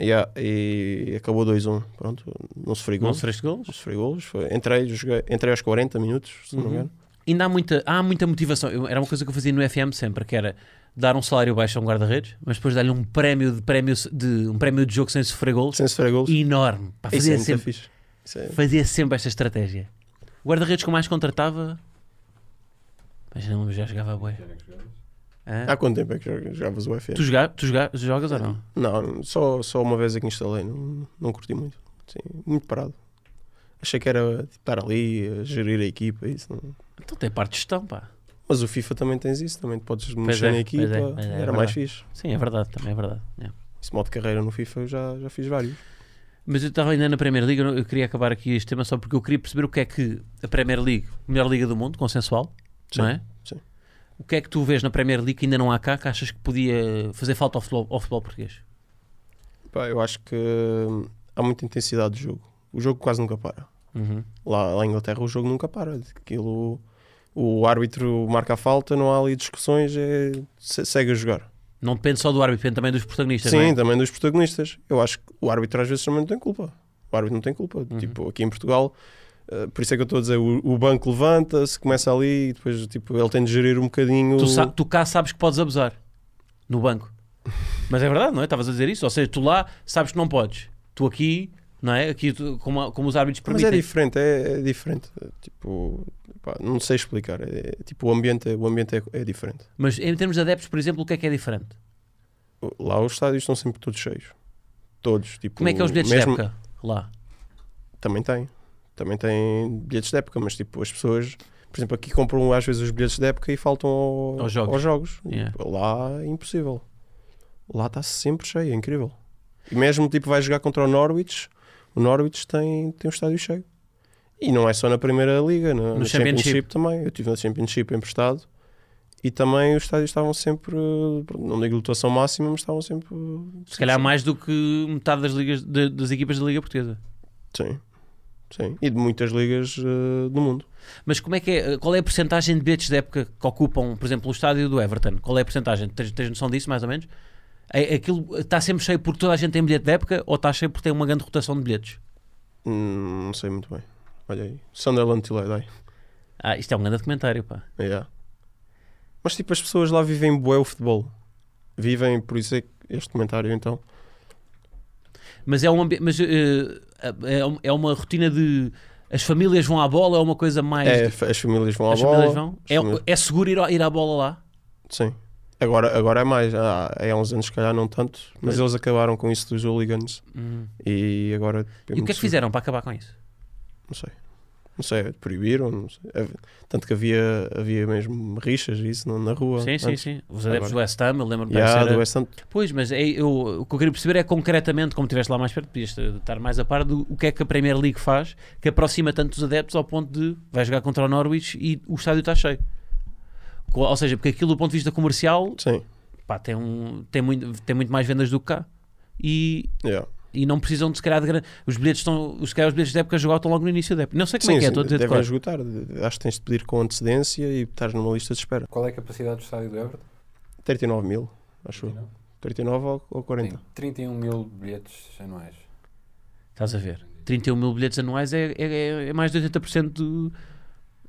Yeah, ah, e acabou 2-1. Pronto, não sofri Não golos. sofreste golos? Não sofri golos. Foi- Entrei, joguei, entrei aos 40 minutos, se não me Uhum. engano. Ainda há muita, há muita motivação. Eu- era uma coisa que eu fazia no FM sempre, que era dar um salário baixo a um guarda-redes, mas depois dar-lhe um prémio de, prémio de um prémio de jogo sem sofrer golos Sem sofrer golos. enorme. Pá, Isso é fazia, muito sempre, fixe. Isso é- fazia sempre esta estratégia. O guarda-redes que eu mais contratava. Mas não, já jogava a boia. Há quanto tempo é que joga- jogavas o FM? Ah. Tu, joga, tu joga, jogas ou não? Não, só, só uma vez é que instalei, não, não curti muito. Sim, muito parado. Achei que era tipo, estar ali, a gerir a equipa, isso. Não... Então tem parte de gestão, pá. Mas o FIFA também tens isso, também te podes Pois mexer é, na pois equipa, é, pois é, é era mais fixe. Sim, é verdade, também é verdade. é. Esse modo de carreira no FIFA eu já, já fiz vários. Mas eu estava ainda na Premier League, eu não- eu queria acabar aqui este tema só porque eu queria perceber o que é que a Premier League, a melhor liga do mundo, consensual, Sim, não é? sim. O que é que tu vês na Premier League que ainda não há cá, que achas que podia fazer falta ao futebol, ao futebol português? Pá, eu acho que hum, há muita intensidade de jogo. O jogo quase nunca para. Uhum. Lá, lá em Inglaterra o jogo nunca para. Aquilo, o árbitro marca a falta, não há ali discussões, é, se- segue a jogar. Não depende só do árbitro, depende também dos protagonistas, Sim, não é? também dos protagonistas. Eu acho que o árbitro às vezes também não tem culpa. O árbitro não tem culpa. Tipo, aqui em Portugal, eh, por isso é que eu estou a dizer, o, o banco levanta-se, começa ali e depois tipo, ele tem de gerir um bocadinho. [LAUGHS] Tu, sa- tu cá sabes que podes abusar, no banco. Mas é verdade, não é? Estavas a dizer isso. Ou seja, tu lá sabes que não podes. Tu aqui, não é? Aqui, tu- como, como os árbitros Mas permitem. é diferente, é, é diferente. É, Tipo, pá, não sei explicar. É, é, tipo, o ambiente, o ambiente é, é diferente. Mas em termos de adeptos, por exemplo, o que é que é diferente? Lá os estádios estão sempre todos cheios. Todos. Tipo, Como é que é os bilhetes mesmo- de época lá? Também tem. Também tem bilhetes de época, mas tipo, as pessoas, por exemplo, aqui compram às vezes os bilhetes de época e faltam ao- Aos jogos. Yeah. Lá é impossível. Lá está sempre cheio, é incrível. E mesmo tipo, vai jogar contra o Norwich, o Norwich tem, tem um estádio cheio. E não é só na primeira liga, na, No na Championship. championship. também. Eu estive na Championship emprestado e também os estádios estavam sempre, não digo lotação máxima, mas estavam sempre. Se calhar mais do que metade das, ligas, de- das equipas da Liga Portuguesa. Sim. Sim. E de muitas ligas eh, do mundo. Mas como é que é, qual é a porcentagem de bilhetes de época que ocupam, por exemplo, o estádio do Everton? Qual é a porcentagem? Tens, tens noção disso, mais ou menos? É- Aquilo está sempre cheio porque toda a gente tem bilhete de época ou está cheio porque tem uma grande rotação de bilhetes? Hum, não sei muito bem. Olha aí. Sunderland till I die. Ah, isto é um grande documentário, pá. Yeah. Mas tipo, as pessoas lá vivem bué o futebol. Vivem, por isso é que este comentário então. Mas é um ambi- mas, eh, é, um- é uma rotina de as famílias vão à bola, é uma coisa mais É, fa- as famílias vão à as bola. famílias vão? as É, famílias- é seguro ir, ao- ir à bola lá? Sim. Agora, agora é mais. Ah, é há uns anos, se calhar, não tanto. Mas Mas- eles acabaram com isso dos hooligans. Hum. E agora. E o que é que fizeram para acabar com isso? Não sei. Não sei, proibiram. Não sei. Hav- Tanto que havia, havia mesmo rixas e isso na, na rua. Sim, sim, antes. sim. Os adeptos Agora. do West Ham, eu lembro-me Yeah, parece né? do era- West Ham. Pois, mas é- eu, o que eu queria perceber é concretamente, como estiveste lá mais perto, podias estar mais a par do o que é que a Premier League faz que aproxima tanto os adeptos ao ponto de vais jogar contra o Norwich e o estádio está cheio. Co- Ou seja, porque aquilo do ponto de vista comercial Sim. pá, tem, um, tem, muito, tem muito mais vendas do que cá e, Yeah. e não precisam de se calhar de grande. Os bilhetes estão. Os, se calhar, os bilhetes da época jogar estão logo no início da época. Não sei como Sim, é que é, sim, estou a dizer de devem cor. esgotar. Acho que tens de pedir com antecedência e estás numa lista de espera. Qual é a capacidade do estádio do Everton? 39 mil, acho eu. 39 ou, ou 40. Tem 31 mil bilhetes anuais. Estás a ver? 31 mil bilhetes anuais é, é, é mais de 80% do,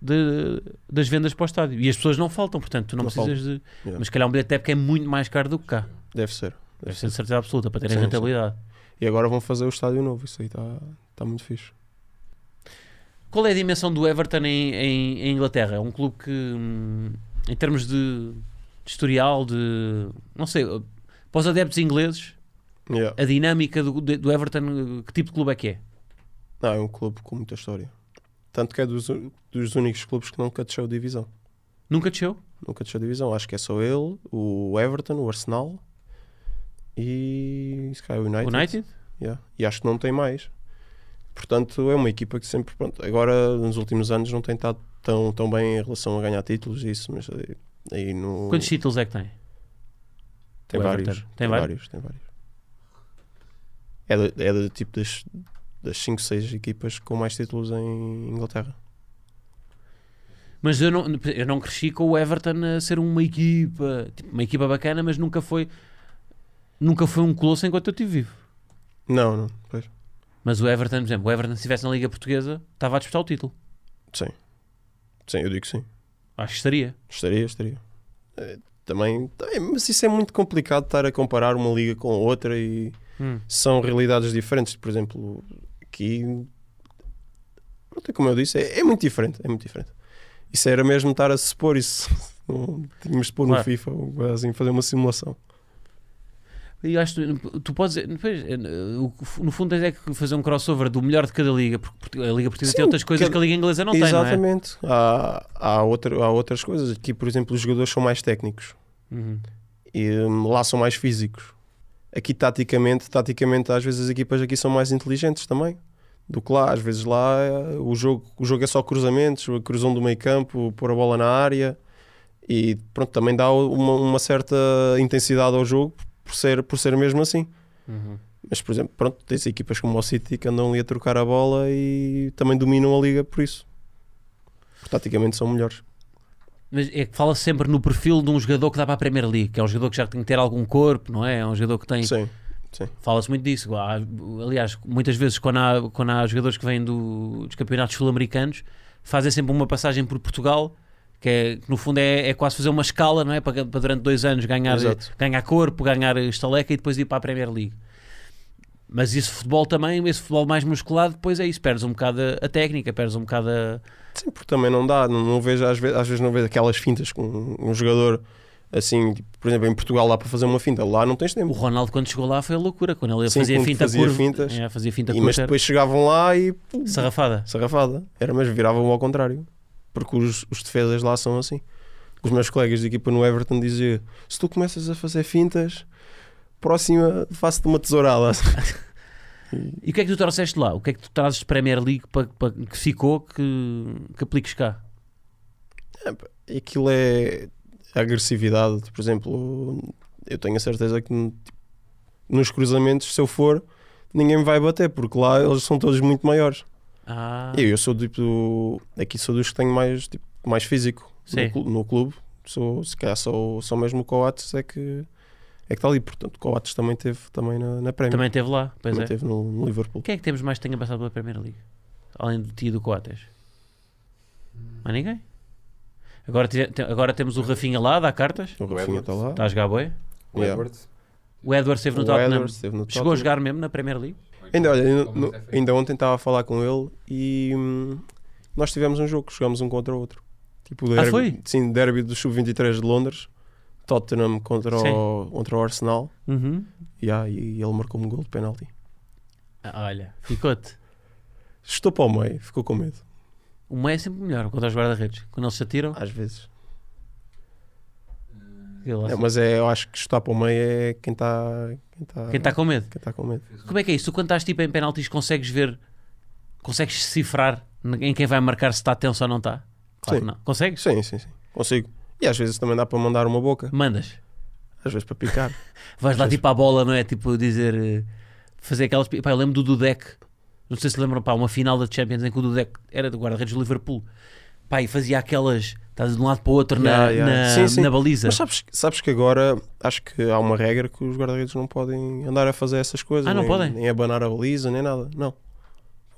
de- das vendas para o estádio. E as pessoas não faltam, portanto, tu não, Não precisas de. Yeah. Mas se calhar um bilhete de época é muito mais caro do que cá. Deve ser. Deve ser de certeza absoluta para terem Sim, sim. rentabilidade. E agora vão fazer o estádio novo. Isso aí está tá muito fixe. Qual é a dimensão do Everton em, em, em Inglaterra? É um clube que, hum, em termos de, de historial, de. não sei, para os adeptos ingleses, Yeah. a dinâmica do, de- do Everton, que tipo de clube é que é? Não, é um clube com muita história. Tanto que é dos, u- dos únicos clubes que nunca deixou divisão. Nunca desceu? Nunca deixou divisão. Acho que é só ele, o Everton, o Arsenal e se calhar o United. United? Yeah. E acho que não tem mais. Portanto, é uma equipa que sempre, pronto, agora nos últimos anos não tem estado tão, tão bem em relação a ganhar títulos e isso, mas aí- aí no... Quantos títulos é que tem? Tem O vários. Everton. Tem, Tem vários? vários, tem vários. É do, é do tipo das, das 5, 6 equipas com mais títulos em Inglaterra. Mas eu não, eu não cresci com o Everton a ser uma equipa, tipo, uma equipa bacana, mas nunca foi nunca foi um colosso enquanto eu estive vivo. Não, não, pois. Mas o Everton, por exemplo, o Everton se estivesse na Liga Portuguesa, estava a disputar o título. Sim, eu digo sim. Acho que estaria. Estaria, estaria. Eh, Também, também, mas isso é muito complicado estar a comparar uma liga com outra e Hum. são realidades diferentes. Por exemplo, aqui, pronto, é como eu disse, é, é muito diferente. É muito diferente. Isso era mesmo estar a se pôr isso. [LAUGHS] Não, Tínhamos de pôr Claro. no FIFA ou algo assim, fazer uma simulação. E acho que tu podes. pois, eh, o que- no fundo, tens é que fazer um crossover do melhor de cada liga, porque Portu- a Liga Portuguesa Sim, tem outras coisas cada- que a Liga Inglesa não tem, não é? Exatamente. Há, há, outra, há outras coisas. Aqui, por exemplo, os jogadores são mais técnicos Uhum. e hum, lá são mais físicos. Aqui, taticamente, taticamente, às vezes as equipas aqui são mais inteligentes também do que lá. Às vezes lá eh, o jogo, o jogo é só cruzamentos, o cruzão do meio campo, pôr a bola na área e pronto, também dá uma, uma certa intensidade ao jogo por ser, por ser mesmo assim. Uhum. Mas, por exemplo, pronto, tens equipas como o City que andam ali a trocar a bola e também dominam a liga por isso. Porque, Taticamente são melhores. Mas é que fala sempre no perfil de um jogador que dá para a Premier League, que é um jogador que já tem que ter algum corpo, não é? É um jogador que tem. Sim, Fala-se muito disso. Há- Aliás, muitas vezes, quando há, quando há jogadores que vêm do- dos campeonatos sul-americanos, fazem sempre uma passagem por Portugal, que, é, que no fundo é, é quase fazer uma escala, não é? Para, para durante dois anos ganhar, Exato. ganhar corpo, ganhar estaleca e depois ir para a Premier League. Mas esse futebol também, esse futebol mais musculado, depois é isso, perdes um bocado a- a técnica, perdes um bocado a, Sim, porque também não dá, não, não vejo, às vezes, às vezes não vejo aquelas fintas com um, um jogador assim, tipo, por exemplo, em Portugal dá para fazer uma finta, lá não tens O tempo. Ronaldo, quando chegou lá, foi a loucura. Quando ele Sim, fazia quando finta fazia curva, fintas. é, fazia finta E, mas curta, depois chegavam lá e pum, sarrafada. sarrafada. Era, mas viravam ao contrário. Porque os, os defesas lá são assim. Os meus colegas de equipa no Everton diziam: se tu começas a fazer fintas, próxima faço-te uma tesourada. E o que é que tu trouxeste lá? O que é que tu trazes de Premier League para, que ficou que, que apliques cá? E aquilo é agressividade. Por exemplo, eu tenho a certeza que tipo, nos cruzamentos, se eu for, ninguém me vai bater, porque lá eles são todos muito maiores. Ah, Eu, eu sou tipo. do- Aqui sou dos que tenho mais, tipo, mais físico Sim. no, clu- no clube. Sou, se calhar só, só mesmo o Coates é que é que está ali. Portanto, o Coates também teve também na, na Premier. também teve lá, pois Também é. teve no, no Liverpool. Quem é que temos mais que tenha passado pela Premier League? Além de ti e do Coates? Mais ninguém? Agora, tive- te- agora temos o Rafinha lá, dá cartas. O Rafinha está lá. Está a jogar boi. O Yeah. Edwards. O Edwards esteve no O Tottenham. Edwards esteve no Chegou a Tottenham. jogar mesmo na Premier League? Ainda, olha, ainda- Como no- é que foi? ainda ontem estava a falar com ele e hum, nós tivemos um jogo, jogámos um contra o outro. Tipo, o derby, foi? Sim, derby do Sub-23 de Londres, Tottenham contra o, contra o Arsenal. Uhum. Yeah, e ele marcou um gol de penalti. Ah, olha, ficou-te. Estou para o meio, ficou com medo, O meio é sempre melhor contra os guarda-redes. Quando eles se atiram, às vezes. ele lá É, mas é, eu acho que chutar para o meio é quem está quem tá, Quem está com medo? quem tá com medo. Como é que é isso? Tu quando estás tipo em penaltis consegues ver, consegues decifrar em quem vai marcar se está tenso ou não está? Claro que Sim. não. Consegues? Sim, sim, sim. Consigo. E às vezes também dá para mandar uma boca, Mandas. às vezes para picar. Vais lá Sim. tipo à bola, não é? Tipo dizer, eh, fazer aquelas... pi- Pá, eu lembro do Dudek, não sei se lembram, pá, uma final da Champions em que o Dudek era do guarda-redes do Liverpool. Pá, e fazia aquelas, estás de um lado para o outro na, Yeah, yeah. na- Sim, sim. na baliza. Mas sabes, sabes que agora acho que há uma regra que os guarda-redes não podem andar a fazer essas coisas. Ah, não nem, podem? Nem abanar a baliza, nem nada. Não.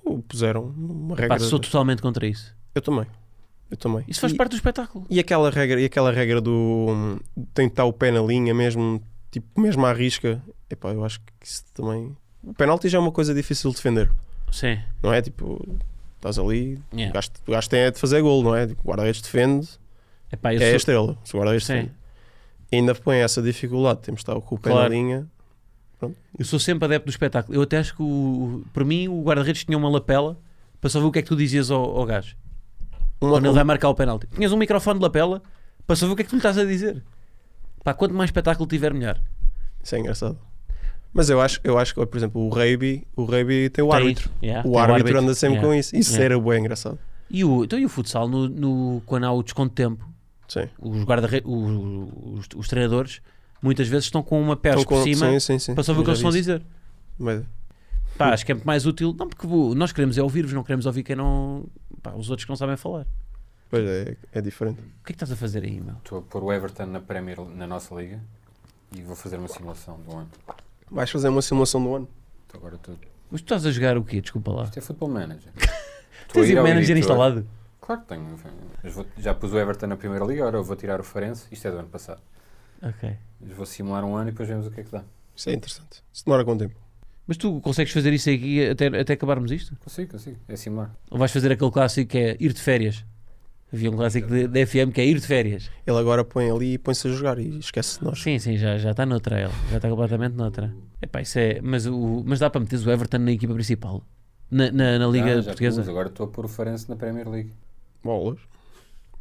Ou Puseram uma regra. Pá, sou totalmente contra isso. Eu também. Eu também. Isso faz e, parte do espetáculo. E aquela regra, e aquela regra do hum, tem que estar o pé na linha mesmo, tipo, mesmo à risca. Epá, eu acho que isso também. O penalti já é uma coisa difícil de defender, Sim. não é? Tipo, estás ali, o Yeah. gajo, o gajo tem é de fazer gol, não é? Tipo, o guarda-redes defende, Epá, eu é a sou- estrela. Se o guarda-redes Sim. defende. ainda põe essa dificuldade. Temos de estar com o pé Claro. na linha. Eu sou sempre adepto do espetáculo. Eu até acho que, o, o- para mim, o guarda-redes tinha uma lapela para só ver o que é que tu dizias ao, ao gajo. Uma, Quando ele vai uma, marcar o penalti. Tinhas um microfone de lapela para só ver o que é que tu lhe estás a dizer. Pá, quanto mais espetáculo tiver, melhor. isso é engraçado. Mas eu acho, eu acho que, por exemplo, o rugby, o rugby tem o Tem árbitro. isso. Yeah, o, tem é. árbitro anda sempre Yeah. com isso. Isso Yeah. era bem engraçado. E o, então, e o futsal, no, no- quando há o desconto de tempo, Sim. os, guarda os, os, os treinadores muitas vezes estão com uma perna Então, por com- cima sim, sim, sim. para só ver o Eu que já eles estão a vi dizer. isso. Mas- Pá, acho que é muito mais útil. Não, porque vou- nós queremos é ouvir-vos, não queremos ouvir quem não. Pá, os outros que não sabem falar. Pois é, é diferente. O que é que estás a fazer aí, meu? Estou a pôr o Everton na, Premier, na nossa liga e vou fazer uma simulação do ano. Vais fazer uma simulação do ano. Então Agora estou. Mas tu estás a jogar o quê? Desculpa lá. Isto é [LAUGHS] Football Manager. Estou a Tens ir o ao manager editor. instalado. Claro que tenho. Mas vou- já pus o Everton na primeira liga, agora eu vou tirar o Farense. Isto é do ano passado. Ok. Mas Vou simular um ano e depois vemos o que é que dá. Isso é interessante. Isso demora quanto tempo? Mas tu consegues fazer isso aqui até, até acabarmos isto? Consigo, consigo. É simular. Ou vais fazer aquele clássico que é ir de férias? Havia um clássico de- da FM que é ir de férias. Ele agora põe ali e põe-se a jogar e esquece de nós. Sim, sim, já, já está noutra ele. Já está completamente noutra. Epá, isso é, mas, o, mas dá para meteres o Everton na equipa principal? Na, na, na Liga Ah, já Portuguesa? pus, Agora estou a pôr o Farense na Premier League. Bolas.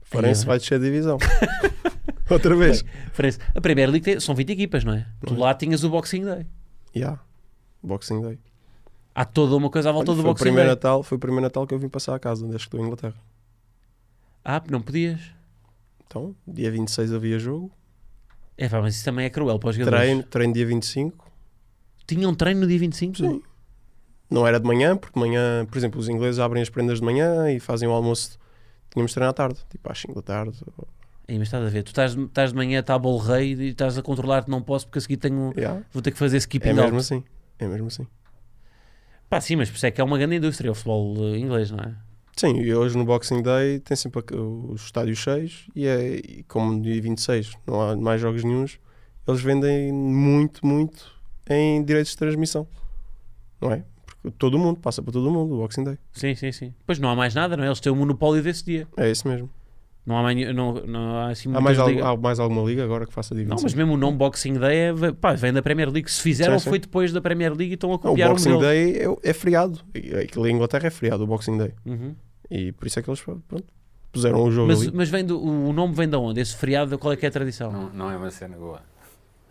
Farense Aí, vai descer a divisão. [LAUGHS] Outra vez. Parece- A Premier League tem- são 20 equipas, não é? Tu lá tinhas o Boxing Day. Yeah. Boxing Day. Há toda uma coisa à volta Olha, do foi, o Boxing primeiro Day. Natal, foi o primeiro Natal que eu vim passar a casa, desde que estou em Inglaterra. Ah, não podias? Então, dia 26 havia jogo, É pá, mas isso também é cruel para os jogadores. treino, treino dia 25. Tinham um treino no dia 25? Sim. Não era de manhã, porque de manhã, por exemplo, os ingleses abrem as prendas de manhã e fazem o almoço. Tínhamos treino à tarde, tipo às 5 da tarde. Ei, mas estás a ver, tu estás, estás de manhã, está a bolo rei e estás a controlar-te, não posso porque a seguir tenho, Yeah. vou ter que fazer skipping É mesmo out. assim. É mesmo assim. Pá, sim, mas por isso é que é uma grande indústria o futebol eh, inglês, não é? Sim, e hoje no Boxing Day tem sempre a- os estádios cheios e, é, e como no dia 26 não há mais jogos nenhuns, eles vendem muito, muito em direitos de transmissão, não é? Porque todo mundo, passa para todo mundo o Boxing Day. Sim, sim, sim. Pois não há mais nada, não é? Eles têm o monopólio desse dia. É isso mesmo. Não há mais, nenhum- não, não há assim Há muitas mais, al- ligas. há mais alguma liga agora que faça dia Não, 26? mas mesmo o nome Boxing Day é, ve- pá, vem da Premier League. Se fizeram, Sim, sim. foi depois da Premier League e estão a Não, o copiar o Boxing modelo. Day é, é feriado. E- Aquilo em Inglaterra é feriado, o Boxing Day. Uhum. E por isso é que eles pronto, puseram o jogo Mas, ali. mas vem do, o nome vem de onde? Esse feriado, qual é que é a tradição? Não, não é uma cena boa.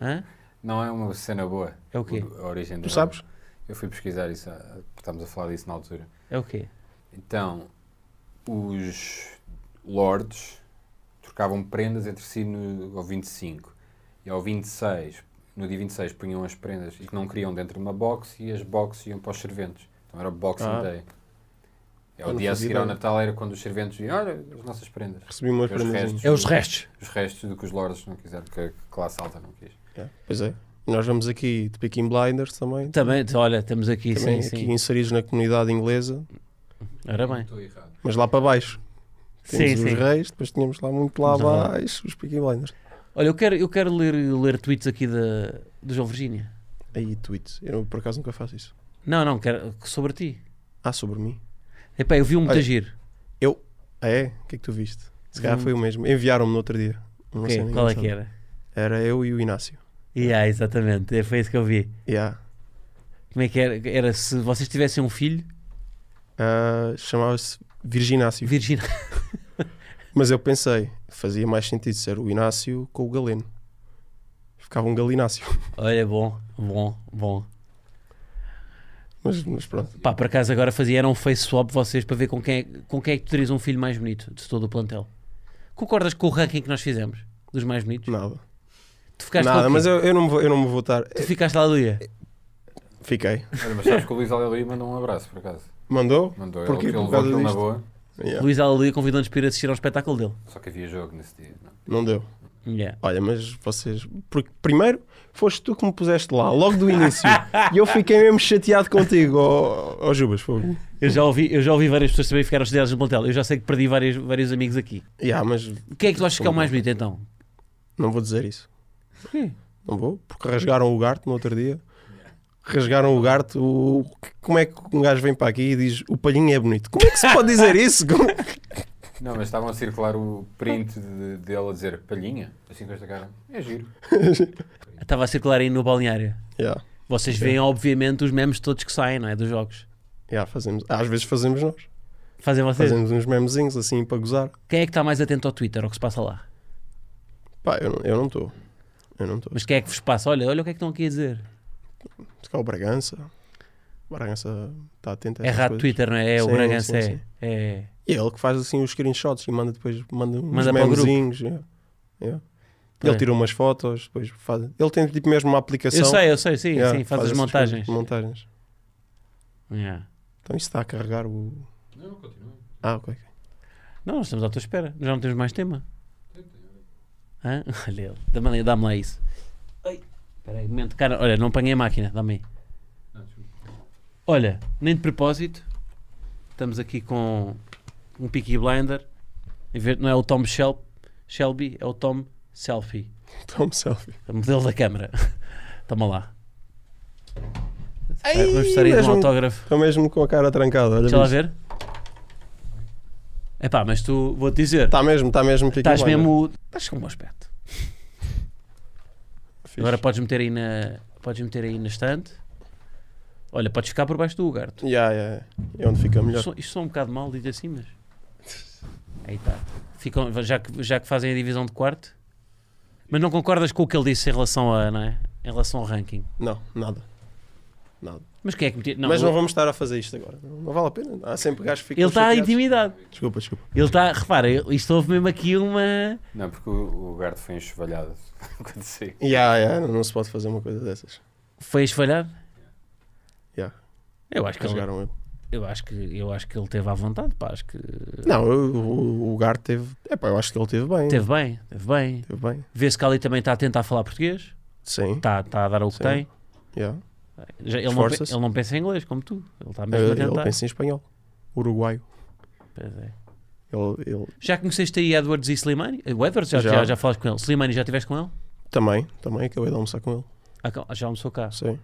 Hã? Não é uma cena boa. É o quê? A origem do Tu sabes? nome. Eu fui pesquisar isso, ah, estamos a falar disso na altura. É o quê? Então, os lords trocavam prendas entre si no, ao 25 e ao 26. No dia 26 punham as prendas e que não queriam dentro de uma box e as boxes iam para os serventes. Então era o Boxing Ah. Day. É Eu o não dia a fazia seguir ao ideia. Natal era quando os serventes iam, olha, as nossas prendas. Recebi uma assim. Os prenda. restos. É os restos. Os restos do que os lords não quiseram, que a classe alta não quis. Pois é. Nós vamos aqui de Peaky Blinders também. Também, olha, estamos aqui, também Tá, sim, aqui sim. inseridos na comunidade inglesa, Ora bem. Estou errado. mas lá para baixo. Temos Sim, os sim. reis, depois tínhamos lá muito lá Vamos lá. abaixo os Peaky Blinders. Olha, eu quero, eu quero ler, ler tweets aqui da, do João Virgínia. Aí tweets. Eu por acaso nunca faço isso. Não, não, quero sobre ti. Ah, sobre mim. Epá, eu vi um muito Olha. giro. Ah, é? O que é que tu viste? Se calhar Hum. foi o mesmo. Enviaram-me no outro dia. Uma Ok, cena Qual é engraçada. que era? Era eu e o Inácio. Yeah, exatamente, é, foi isso que eu vi. Yeah. Como é que era? Era se vocês tivessem um filho, Ah, Chamava-se Virginácio. Virgínia. Mas eu pensei, fazia mais sentido ser o Inácio com o Galeno. Ficava um Galinácio. [LAUGHS] [LAUGHS] Olha, bom, bom, bom. Mas, mas pronto. Pá, por acaso agora fazia era um face swap vocês para ver com quem, é, com quem é que tu terias um filho mais bonito de todo o plantel. Concordas com o ranking que nós fizemos? Dos mais bonitos? Nada. Tu ficaste com Nada, o quê? mas eu, eu não me vou, eu não me vou estar. Tu ficaste lá do dia. Fiquei. Olha, mas sabes que o Luís Aleli mandou um abraço, por acaso. Mandou? Mandou Por ele, quê? ele Por levou causa aquilo na disto? boa, Yeah. Luís Alali convidou-nos para ir assistir ao espetáculo dele. só que havia jogo nesse dia. não? Não deu. Yeah. Olha, mas vocês. Porque primeiro foste tu que me puseste lá, logo [LAUGHS] do início. e eu fiquei mesmo chateado contigo, ó ó Jubas. Fogo. Eu, já ouvi, eu já ouvi várias pessoas também ficaram chateadas no plantel. Eu já sei que perdi vários, vários amigos aqui. Yeah, mas O que é que tu achas que é o mais bonito então? não vou dizer isso. Porquê? Não vou, porque rasgaram o Garto no outro dia. Rasgaram o Garto. O... Como é que um gajo vem para aqui e diz o palhinho é bonito? Como é que se pode [LAUGHS] dizer isso? Como- Não, mas estavam a circular o print de- dele a dizer palhinha, assim com esta cara. É giro. Estava a circular aí no balneário. Yeah, Vocês veem, obviamente, os memes todos que saem, não é? Dos jogos. yeah, fazemos. Às vezes fazemos nós. Fazem vocês. Fazemos uns memezinhos assim para gozar. Quem é que está mais atento ao Twitter, ao que se passa lá? Pá, eu não- eu não estou. Eu não estou. Mas quem é que vos passa? Olha, olha o que é que estão aqui a dizer. Se calhar o Bragança. O Bragança está atento a É essas rato coisas. Twitter, não é? É o Sim, Bragança. sim, é- sim. é, E é ele que faz assim os screenshots e manda depois manda uns Manda para o grupo. memezinhos. yeah, yeah. Ele É. tira umas fotos, depois faz. Ele tem tipo mesmo uma aplicação. Eu sei, eu sei, sim. yeah, sim faz, as essas montagens. coisas, montagens. Yeah. Então isso está a carregar o. Não, não continua. Ah, ok. [LAUGHS] Não, nós estamos à tua espera. Já não temos mais tema. Hã? [LAUGHS] Olha ele. Dá-me lá- dá-me lá isso. Ai, Espera aí, um momento. Cara, olha, não apanhei a máquina. Dá-me aí. Olha, nem de propósito. Estamos aqui com um Peaky Blinder. Em vez- Não é o Tom Shel- Shelby, é o Tom Selfie. Tome Então um selfie. O modelo da câmara. [LAUGHS] Toma lá. Ai, Vai- Vamos estar aí de um mesmo- autógrafo. Estou mesmo com a cara trancada. Deixa lá Olha ver. Epá, mas tu, vou-te dizer, Está mesmo, está mesmo. Tá, Peaky estás Blinders. mesmo. Estás com um bom aspecto. Fixe. Agora podes meter aí na. Podes meter aí na estante. Olha, podes ficar por baixo do Ugarto. né? Yeah, yeah, yeah. É onde fica melhor. Isto, isto só um bocado mal dito assim, mas. Aí está. Ficam, já, que, já que fazem a divisão de quarto. Mas não concordas com o que ele disse em relação a. Não é? Em relação ao ranking. Não, nada. Nada. Mas quem é que metia? Não, Mas não ele vamos estar a fazer isto agora. Não, não vale a pena. Há sempre gajos que ficam. ele está à chateados. intimidade. Desculpa, desculpa. Ele está. Repara, ele- isto houve mesmo aqui uma. Não, porque o, o Gardo foi enxovalhado [LAUGHS] quando saiu. Yeah, yeah, não, não se pode fazer uma coisa dessas. Foi esfalhado? Yeah. Eu acho que ele Rasgaram ele. Eu acho que, eu acho que ele teve à vontade, pá, acho que Não, eu- o, o Gar teve. É pá, eu acho que ele teve bem. teve bem, teve bem. Teve bem. Vê-se que ali também está a tentar falar português, Sim. está, está a dar o que Sim. tem. yeah. Já- ele, não, pe- Esforça-se. É, ele não pensa em inglês, como tu. Ele está mesmo a Ele, ele tentar. pensa em espanhol. Uruguaio. Pois é. Ele, ele Já conheceste aí Edwards e Slimani? O Edwards já, já. Já. já, falaste com ele. Slimani já estiveste com ele? também, também acabei de almoçar com ele. Ah, cal- já almoçou cá. Sim.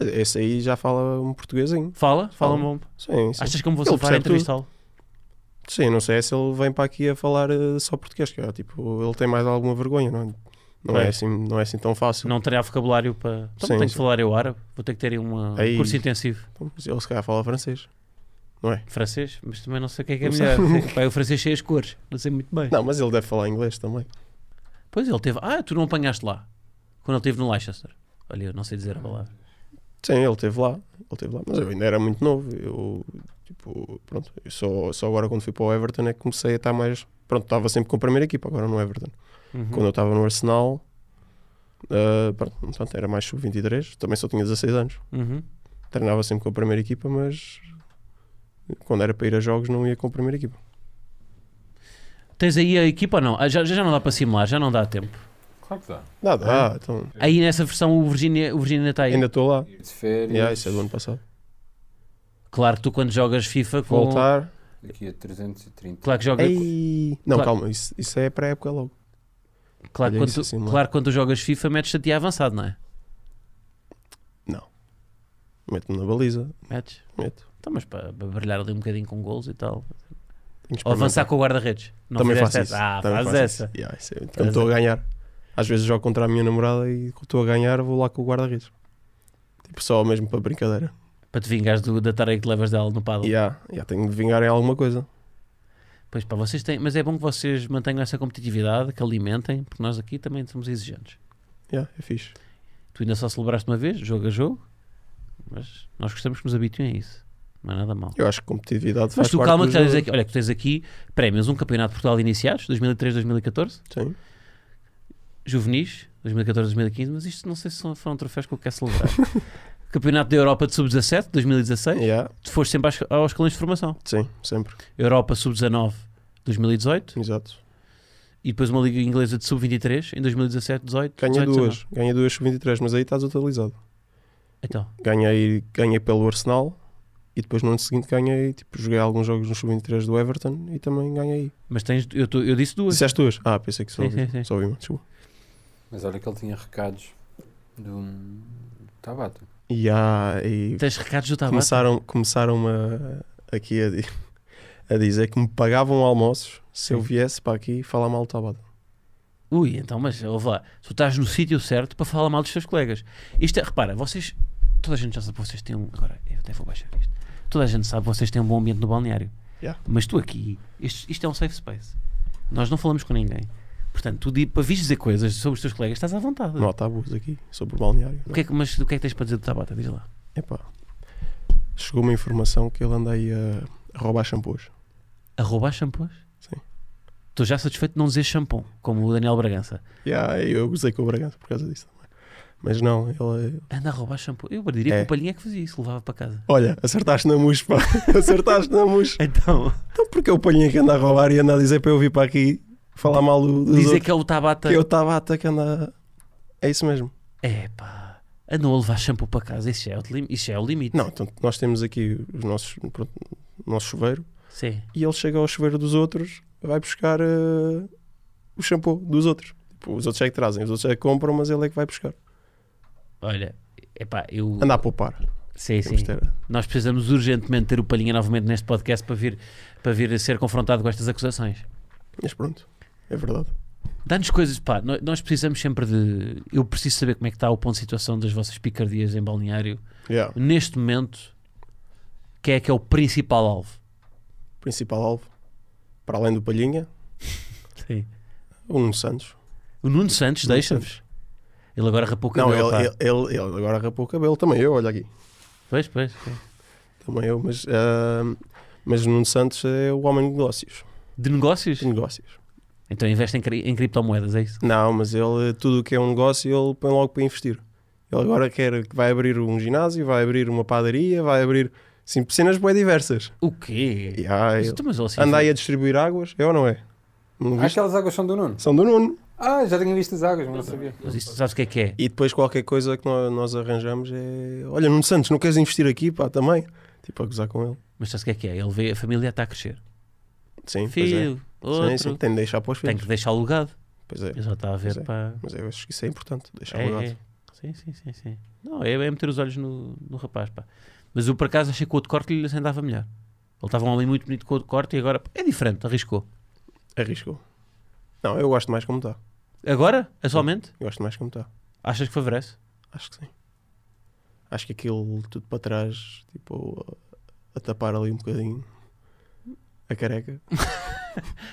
Mas Esse aí já fala um portuguesinho. Fala, fala Fala. um bom. Sim, sim. Achas que eu me vou Ele safar a percebe tudo. entrevistá-lo? Sim, não sei se ele vem para aqui a falar eh, só português, que é, tipo, ele tem mais alguma vergonha, não é? Não é, Pois. assim, não é assim tão fácil. Não terá vocabulário para. Então Sim, tenho que sim. falar eu árabe. Vou ter que ter aí uma- um Aí. curso intensivo. Então, mas ele se calhar fala francês. Francês, mas também não sei o que é que é Não melhor. [LAUGHS] sei. Sei- Pá, o francês cheio as cores. Não sei muito bem. Não, mas ele deve falar inglês também. Pois ele teve. Ah, tu não apanhaste lá. Quando ele esteve no Leicester. Olha, eu não sei dizer a palavra. Sim, ele esteve lá. Ele esteve lá, mas eu ainda era muito novo. Eu, tipo, pronto, eu só, só agora quando fui para o Everton é que comecei a estar mais... Pronto, estava sempre com a primeira equipa, agora no Everton. Uhum. Quando eu estava no Arsenal, eh, pronto, portanto, era mais sub-23, também só tinha 16 anos. Uhum. Treinava sempre com a primeira equipa, mas quando era para ir a jogos não ia com a primeira equipa. Tens aí a equipa ou não? Ah, já, já não dá para simular, já não dá tempo. Claro que dá. Nada, Ah. ah, então Aí nessa versão o Virginia, o Virginia está É? aí. ainda estou lá. Ir de férias. Yeah, isso é do ano passado. Claro que tu quando jogas FIFA com. Voltar. Aqui a 330. Claro que jogas. Ei. Não, Claro. calma, isso, isso é pré-época logo. Claro, que Olha quando, isso tu- assim, mano. claro que quando tu jogas FIFA metes-te a ti avançado, não é? Meto-me na baliza. Metes? Meto. Então, mas para, para brilhar ali um bocadinho com golos e tal. Tenho que Ou avançar experimentar. com o guarda-redes. Não Também fizeste essa? faço isso. Ah, Também fazes faço essa. isso. Yeah, isso é- quando Fazes estou a ganhar. Às vezes jogo contra a minha namorada e quando estou a ganhar vou lá com o guarda-redes. Tipo, só mesmo para brincadeira. Para te vingares do, da tarefa que levas dela no paddle. Yeah, yeah, tenho de vingar em alguma coisa. Pois pá, vocês têm. Mas é bom que vocês mantenham essa competitividade, que alimentem, porque nós aqui também somos exigentes. Yeah, é fixe. Tu ainda só celebraste uma vez, jogo a jogo, mas nós gostamos que nos habituem a isso. Não é nada mal. Eu acho que competitividade Mas faz tu parte calma do que tens jogo. aqui, olha, que tens aqui prémios, um campeonato de Portugal de iniciados, 2003-2014, Sim. juvenis, 2014-2015, mas isto não sei se são- foram troféus que eu quero celebrar. [LAUGHS] campeonato da Europa de Sub-17, 2016, Yeah, tu foste sempre aos, aos escalões de formação. sim, sempre. Europa Sub-19, 2018, Exato. e depois uma Liga Inglesa de Sub-23 em 2017, 18, Ganha 18, duas. Ganha duas sub-23, mas aí estás utilizado. 19. Então, ganhei, ganhei pelo Arsenal e depois no ano seguinte ganhei, tipo, joguei alguns jogos no Sub-23 do Everton e também ganhei. mas tens, eu, tô- eu disse duas. Disseste duas? Ah, pensei que só Sim, ouvi, sim, sim. só ouvi uma, desculpa. Mas olha que ele tinha recados do Tabata. E, ah, e Tens recados do Tabata? começaram, começaram a, aqui a, di- a dizer que me pagavam almoços se eu viesse para aqui falar mal do Tabata. Ui, então, mas ouve lá, tu estás no sítio certo para falar mal dos teus colegas. Isto é, repara, vocês, toda a gente já sabe que vocês têm um. Agora, eu até vou baixar isto. Toda a gente sabe que vocês têm um bom ambiente no balneário. Yeah. Mas tu aqui, isto, isto é um safe space. Nós não falamos com ninguém. Portanto, tu di- para vires dizer coisas sobre os teus colegas, estás à vontade. Não há tabus aqui, sobre o balneário. O que é que, mas o que é que tens para dizer do Tabata? Diz lá. Epá, chegou uma informação que ele anda aí a, a roubar shampoos. A roubar shampoos? Sim. Estou já satisfeito de não dizer shampoo, como o Daniel Bragança. Yeah, eu gozei com o Bragança por causa disso também. Mas não, ele, Anda a roubar shampoo. Eu diria É. que o Palhinha é que fazia isso, levava para casa. Olha, acertaste na mus, pá. [LAUGHS] Acertaste na mus. Então, Então porque é o palhinha que anda a roubar e anda a dizer para eu vir para aqui falar mal do, dos dizer outros, que é o Tabata. que eu estava a que anda... É isso mesmo. É pá, andam a levar shampoo para casa, isso já é o, lim- isso já é o limite. Não, então nós temos aqui os nossos, pronto, o nosso chuveiro Sim. e ele chega ao chuveiro dos outros, vai buscar eh, o shampoo dos outros. Tipo, os outros é que trazem, os outros é que compram, mas ele é que vai buscar. Olha, é pá, eu. Anda a poupar. Sim, sim. Temos de ter- Nós precisamos urgentemente ter o Palhinha novamente neste podcast para vir, para vir a ser confrontado com estas acusações. Mas pronto, é verdade. Dá-nos coisas, pá, no- nós precisamos sempre de. Eu preciso saber como é que está o ponto de situação das vossas picardias em balneário. Yeah. Neste momento, quem é que é o principal alvo? Principal alvo, para além do palhinha, Sim. o Nuno Santos. O Nuno Santos, Nuno deixa-vos. Ele agora rapou o Não, cabelo. pá. ele, ele, ele- ele agora rapou o cabelo, também eu, olha aqui. Pois, pois. pois. Também eu, mas, ah, mas Nuno Santos é o homem de negócios. De negócios? De negócios. Então investe em, cri- em criptomoedas, é isso? Não, mas ele, tudo o que é um negócio, ele põe logo para investir. Ele agora quer, vai abrir um ginásio, vai abrir uma padaria, vai abrir, sim, piscinas bem diversas. O quê? E, ah, Mas ele tu, mas ele assim, anda aí a distribuir águas, é ou não é? Não Ah, viste? aquelas águas são do Nuno. São do Nuno. Ah, já tinha visto as águas, mas não sabia. mas isso sabes o que é que é? E depois qualquer coisa que nós, nós arranjamos é... Olha, Nuno Santos, não queres investir aqui, pá, também? Tipo, a gozar com ele. Mas sabes o que é que é? Ele vê, a família está a crescer. Sim, pois é. Filho, outro. Sim, sim, tem de deixar para os Tem filhos. que deixar alugado. Pois é. Eu já estava a Pois ver é. para. Mas eu acho que isso é importante, deixar É, alugado. é. Sim, sim, sim, sim. Não, é, é meter os olhos no, no rapaz, pá. Mas eu por acaso achei que o outro corte lhe andava melhor. Ele estava um homem muito bonito com o outro corte e agora pá, é diferente, arriscou. Arriscou. Não, eu gosto mais como está. Agora, atualmente, Eu gosto mais como está. achas que favorece? Acho que sim. Acho que aquilo tudo para trás, tipo, a, a tapar ali um bocadinho a careca.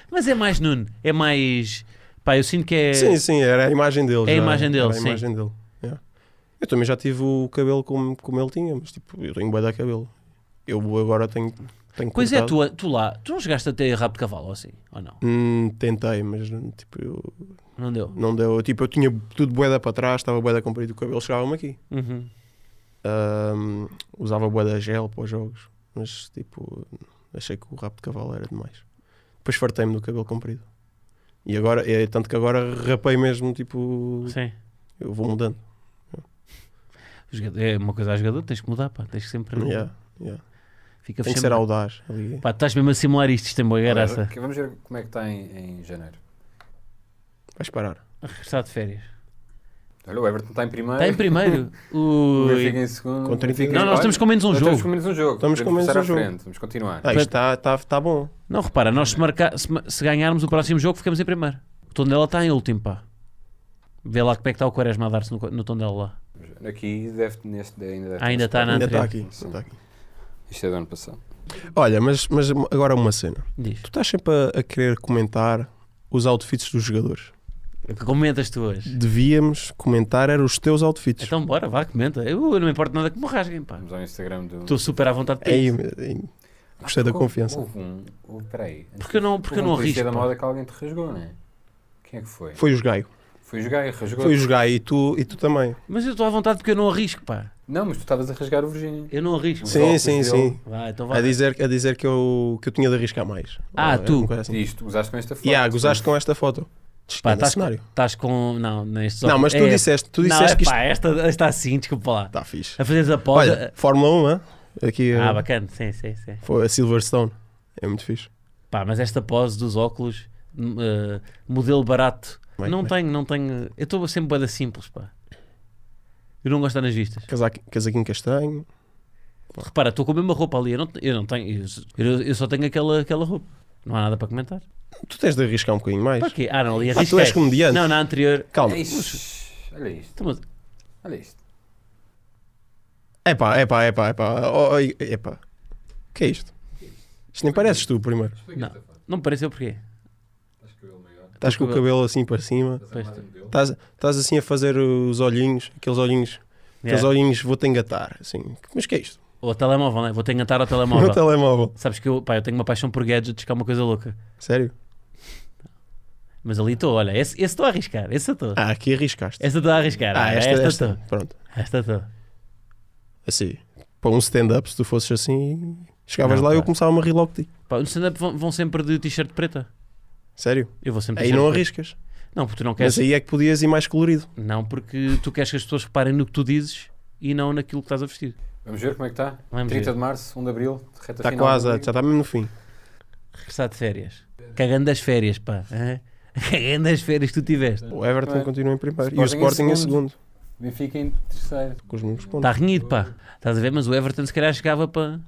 Mas é mais Nuno, é mais. Pá, eu sinto que é. Sim, sim, era a imagem dele. É a já, imagem dele, era a sim. imagem dele. yeah. Eu também já tive o cabelo como, como ele tinha, mas tipo, eu tenho bué de cabelo. Eu agora tenho. tenho Pois é, cortado. tu, tu lá, tu não chegaste a ter rabo de cavalo ou assim, ou não? Hum, tentei, mas tipo, eu- Não deu? não deu. Tipo, eu tinha tudo boeda para trás, estava boeda comprido, o cabelo chegava-me aqui. Uhum. Ahm, usava boeda gel para os jogos, mas tipo, achei que o rabo de cavalo era demais. Depois fartei-me do cabelo comprido. E agora, é tanto que agora rapei mesmo, tipo, Sim. eu vou mudando. O jogador- É uma coisa a jogador, tens que mudar, pá, tens que sempre. Yeah, yeah. Fica Tem que ser fechando. audaz ali. Pá, estás mesmo a simular isto, isto tem boa graça. Ok, Vamos ver como é que está em, em janeiro. Vais parar. A regressar de férias. Olha, o Everton está em primeiro. Está Tá em primeiro. O Ui. Benfica em segundo. Com o 30 Benfica em Não, nós quarto. estamos com menos um Nós jogo. Estamos com menos um jogo. Estamos com Podemos menos passar um à jogo. frente. Vamos continuar. Ah, isto está tá, tá bom. Não, repara, nós se, marca- se ma- se ganharmos o próximo jogo, ficamos em primeiro. O Tondela está em último, pá. Vê lá como é que está o Quaresma a dar-se no, co- no Tondela lá. Aqui deve, neste ainda deve Ainda tá. está ter na Ainda Sporting. está Andrea. aqui. ainda tá aqui. Isto é do ano passado. Olha, mas, mas agora uma cena. Diz. Tu estás sempre a, a querer comentar os outfits dos jogadores. O que Comentas tu hoje. Devíamos comentar era os teus outfits. Então bora, vá, comenta. Eu, eu não me importo nada que me rasguem, pá. Vamos ao Instagram do. Estou super à vontade para Ei, isso. ei, gostei da Houve- confiança. Houve um. Houve, peraí. Porque eu não, porque eu Houve não um polícia arrisco. da pá. moda que alguém te rasgou, não é? Quem é que foi? Foi os Gaio. Foi jogar e rasgou. Foi os Gaio e tu, e tu também. Mas eu estou à vontade porque eu não arrisco, pá. Não, mas tu estavas a rasgar o Virgínia. Eu não arrisco. Os Sim, óculos sim, dele. sim. Vá, então vá. É A dizer, a dizer que, eu, que eu tinha de arriscar mais. Ah, Ou tu. alguma coisa Assim. E isto, usaste com esta foto. Yeah, gozaste com esta foto. Pá, Pá, estás, cenário. estás com. Não, nestes Não, mas tu óculos- é- disseste, tu não, disseste é, que isto pá, esta está assim, desculpa lá. está fixe. A fazeres a pose. Olha, Fórmula 1, hã? aqui Ah, eh, bacana, sim, sim, sim. foi a Silverstone. É muito fixe. Pá, mas esta pose dos óculos, m- eh, modelo barato, Bem, não bem. tenho, não tenho. Eu estou sempre boeda simples, pá. Eu não gosto de estar nas vistas. Casaco, casaquinho castanho. Repara, estou com a mesma roupa ali. Eu não, eu não tenho. Eu, eu só tenho aquela, aquela roupa. Não há nada para comentar. Tu tens de arriscar um bocadinho mais. Para quê? Ah, não, ali Ah, tu arrisquei. és comediante. Não, na anterior. Calma. Olha É isto. Olha isto. Então, mas- Olha isto. É pá, é pá, é pá, é pá. Oh, oh, é pá. O que é isto? Isto nem pareces tu, primeiro. Não. esta Não me pareceu porquê. Estás com o cabelo maior. Estás com o cabelo assim para cima. Pois armado Estás, estás assim a fazer os olhinhos, aqueles olhinhos, aqueles Yeah. olhinhos, vou-te engatar. Assim. Mas o que é isto? Ou o telemóvel, né? Vou ter que engatar ao O meu telemóvel. telemóvel. Sabes que eu, pá, eu tenho uma paixão por gadgets que é uma coisa louca. Sério? Mas ali estou, olha, esse esse estou a arriscar, esse eu estou. Ah, aqui arriscaste. Essa estou a arriscar. ah, olha, esta, esta esta. estou. Pronto. Esta estou. Assim. Para um stand-up, se tu fosses assim, chegavas Não, lá e eu pá. começava a rir logo de ti. Pá, no stand-up vão, vão sempre de t-shirt preta. Sério? Eu vou sempre de Aí t-shirt não preta. arriscas. Não, porque tu não queres. Mas aí é que podias ir mais colorido. Não, porque tu queres que as pessoas reparem no que tu dizes e não naquilo que estás a vestir. Vamos ver como é que está? Vamos 30 ver. de março, 1 de abril, reta Está final. Tá quase, do já Benfica. está mesmo no fim. Regressar de férias. Cagando das férias, pá. hã? [LAUGHS] Cagando das férias que tu tiveste. O Everton Bem. continua em primeiro e o Sporting Sporting em em segundo. Benfica em terceiro. Com os mesmos pontos. Está Tá renhido, pá. Estás a ver? Mas o Everton se calhar chegava para.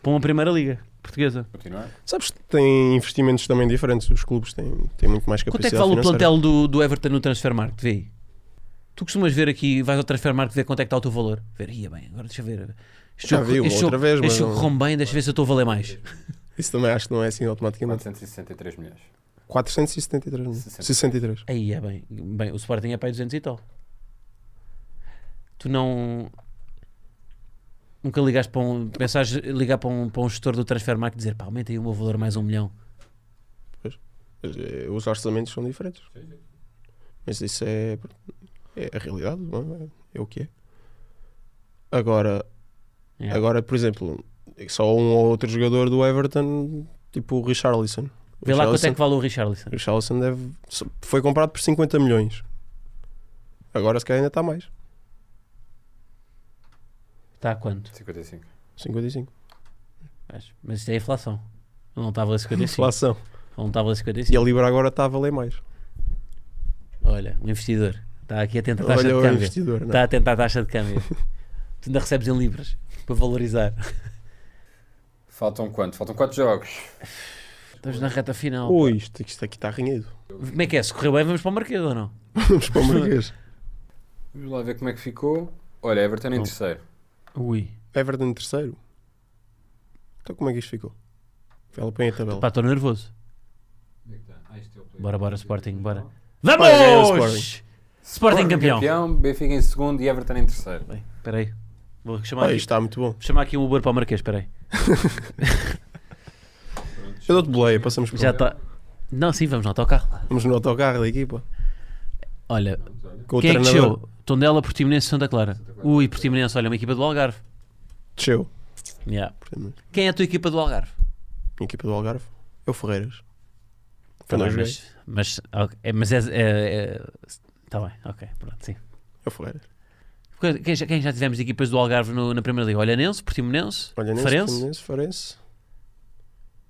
para uma primeira liga portuguesa. Continuar? Sabes que têm investimentos também diferentes. Os clubes têm, têm muito mais Quanto é capacidade que vale o financeira. plantel do, do Everton no Transfermarkt? Vê aí. Tu costumas ver aqui, vais ao Transfermarkt ver quanto é que está o teu valor. Ver, ia bem, agora deixa eu ver. Este Já jogo- vi este jogo- outra vez, mas Este jogo não- correu bem, deixa eu ver se eu estou a valer mais. Isso também acho que não é assim automaticamente. 463 milhões. 473 mil. 63. 63. Aí é bem. Bem, o Sporting é para aí 200 e tal. Tu não. Nunca ligaste para um. Pensares ligar para um, para um gestor do Transfermarkt e dizer pá, aumenta aí o meu valor mais um milhão. Mas, eh, Os orçamentos são diferentes. Mas isso é, é a realidade, não é? É o que é. Agora, É. agora, por exemplo, só um ou outro jogador do Everton, tipo o Richarlison. O Vê lá quanto é Richarlison- que vale o Richarlison. O Richarlison deve, foi comprado por 50 milhões. Agora se calhar ainda está mais. Está a quanto? 55. 55. Mas, mas isto é a inflação. Ele não está a valer 55. Ele Inflação. não está a valer 55. E a Libra agora está a valer mais. Olha, o investidor está aqui a tentar taxa Olha de o câmbio. Tá investidor. não é? Está a tentar a taxa de câmbio. tu ainda recebes em libras para valorizar. Faltam quanto? Faltam quantos jogos? Estamos na reta final. Ui, isto, isto aqui está arranhado. Como é que é? Se correr bem, vamos para o Marquês ou não? [LAUGHS] Vamos para o Marquês. Vamos lá ver como é que ficou. Olha, Everton em Não. terceiro. Ui. Everton em terceiro. Então como é que isto ficou? Ela põe a tabela. Pá, estou nervoso. Ah, isto é o play. Bora, bora, Sporting, bora. Olha, ganhou o Vamos! Sporting. Sporting campeão. Benfica em segundo e Everton em terceiro. Bem, Espera aí. Vou chamar, Ah, aqui, isto está muito bom. vou chamar aqui um Uber para o Marquês, espera aí. Eu dou-te boleia, passamos por Já lá. está. Não, sim, vamos no autocarro. Vamos no autocarro da equipa. Olha, Com quem o é que treinador. desceu? Tondela, Portimonense, Santa Clara. Ui, Portimonense, olha, uma equipa do Algarve. desceu. Yeah. Portanto, Quem é a tua equipa do Algarve? Minha equipa do Algarve. Eu Ferreiras. Tá Foi bem, onde eu joguei. mas, mas, ok, é, mas é, é, é- tá bem, ok, pronto, sim. Eu É Ferreiras. Porque Quem já, quem já tivemos de equipas do Algarve no- na Primeira Liga? Olhanense, Portimonense, Olha, Olhanense nem Farense, Farense.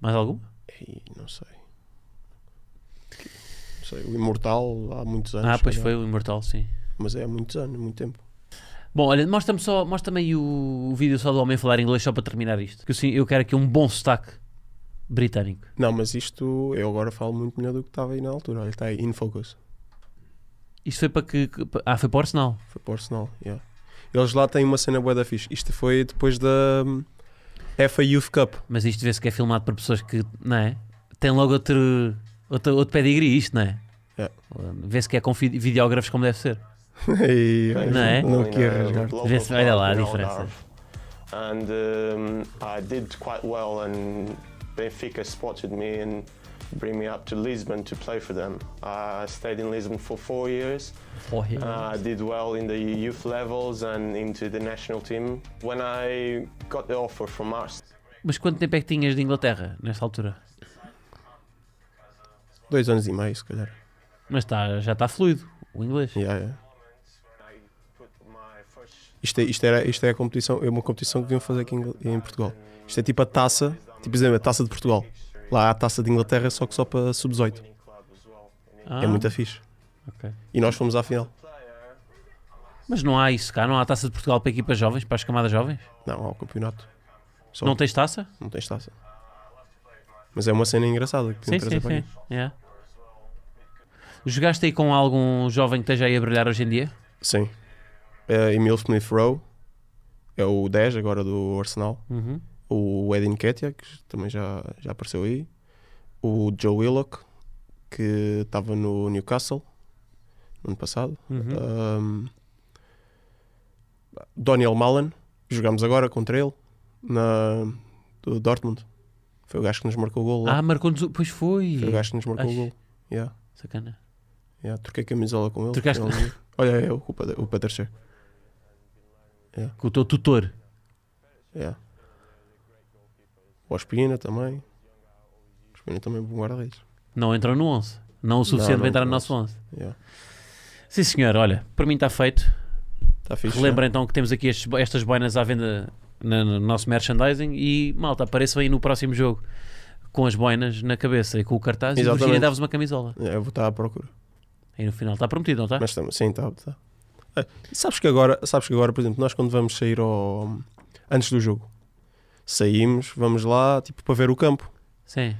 mais alguma? Ei, não sei. Não sei. O Imortal há muitos anos. Ah, pois se foi calhar. o Imortal, sim. Mas é há muitos anos, muito tempo. Bom, olha, mostra-me só, mostra-me aí o, o vídeo só do homem a falar inglês só para terminar isto. Que eu, sim, eu quero aqui um bom sotaque britânico. Não, mas isto eu agora falo muito melhor do que estava aí na altura. Olha, está aí, in focus. Isto foi para que. que- pa- Ah, foi para o Arsenal. Foi para o Arsenal. yeah. Eles lá têm uma cena bué da fixe. Isto foi depois da hum, FA Youth Cup. [LAUGHS] Mas isto vê-se que é filmado por pessoas que, não é? Tem logo outro, outro, outro pedigree, isto, não é? É. Vê-se que é com fi- videógrafos como deve ser. Ei, olha, Não é? Não queria rasgar. Vê-se, olha lá a diferença. And um, I did quite well, and Benfica spotted me and bring me up to Lisbon to play for them. I stayed in Lisbon for four years. Porra. Uh, I did well in the youth levels and into the national team. When I got the offer from Arsenal, Mas quanto tempo é que tinhas de Inglaterra nesta altura? Dois anos e meio, se calhar. Mas tá, já está fluido o inglês. Yeah, yeah. I put my first Isto, é, isto, era, isto é a competição, é uma competição que deviam fazer aqui em, Ingl- em Portugal. Isto é tipo a taça, tipo por exemplo, a taça de Portugal. Lá há a taça de Inglaterra, só que só para sub-18. club as well. Ah, É muito fixe. ok. E nós fomos à final. Mas não há isso cá, não há taça de Portugal para equipas jovens, para as camadas jovens? Não, ao campeonato. Só Não não, tens taça? tens taça. Mas é uma cena engraçada que Sim, me sim, interessa para sim. aqui. É. Jogaste aí com algum jovem que esteja aí a brilhar hoje em dia? Sim. É, Emil Smith Rowe é o 10 agora do Arsenal. Uhum. o Edin Ketia, que também já, já apareceu aí, o Joe Willock, que estava no Newcastle no ano passado, Uhum. Um, Daniel Malen, jogámos agora contra ele na, do Dortmund. Foi o gajo que nos marcou o gol lá. Ah, marcou-nos. o- Pois foi. Foi o gajo que nos marcou Ai. o gol. Yeah, Sacana. yeah, troquei a camisola com ele. Trocaste- Ele- [LAUGHS] Olha, é o, o Pater- o Peter Cech. Com o teu tutor. Yeah. É. O Ospina também. O Ospina também é bom guarda-redes. Não entrou no 11. Não o suficiente Não, não para entrar no entrou nosso 11. Yeah. Sim, senhor. Olha, para mim está feito. Tá fixe, né? Relembra então que temos aqui estes- estas boinas à venda na- no nosso merchandising e malta, apareçam aí no próximo jogo com as boinas na cabeça e com o cartaz e o Virgínia Exatamente. dá-vos uma camisola. É, eu vou estar à procura. Aí no final está prometido, não está? Mas estamos, sim, está. Tá. Ah, Sabes que agora, sabes que agora, por exemplo, nós quando vamos sair ao, antes do jogo, saímos, vamos lá, tipo, para ver o campo. Sim.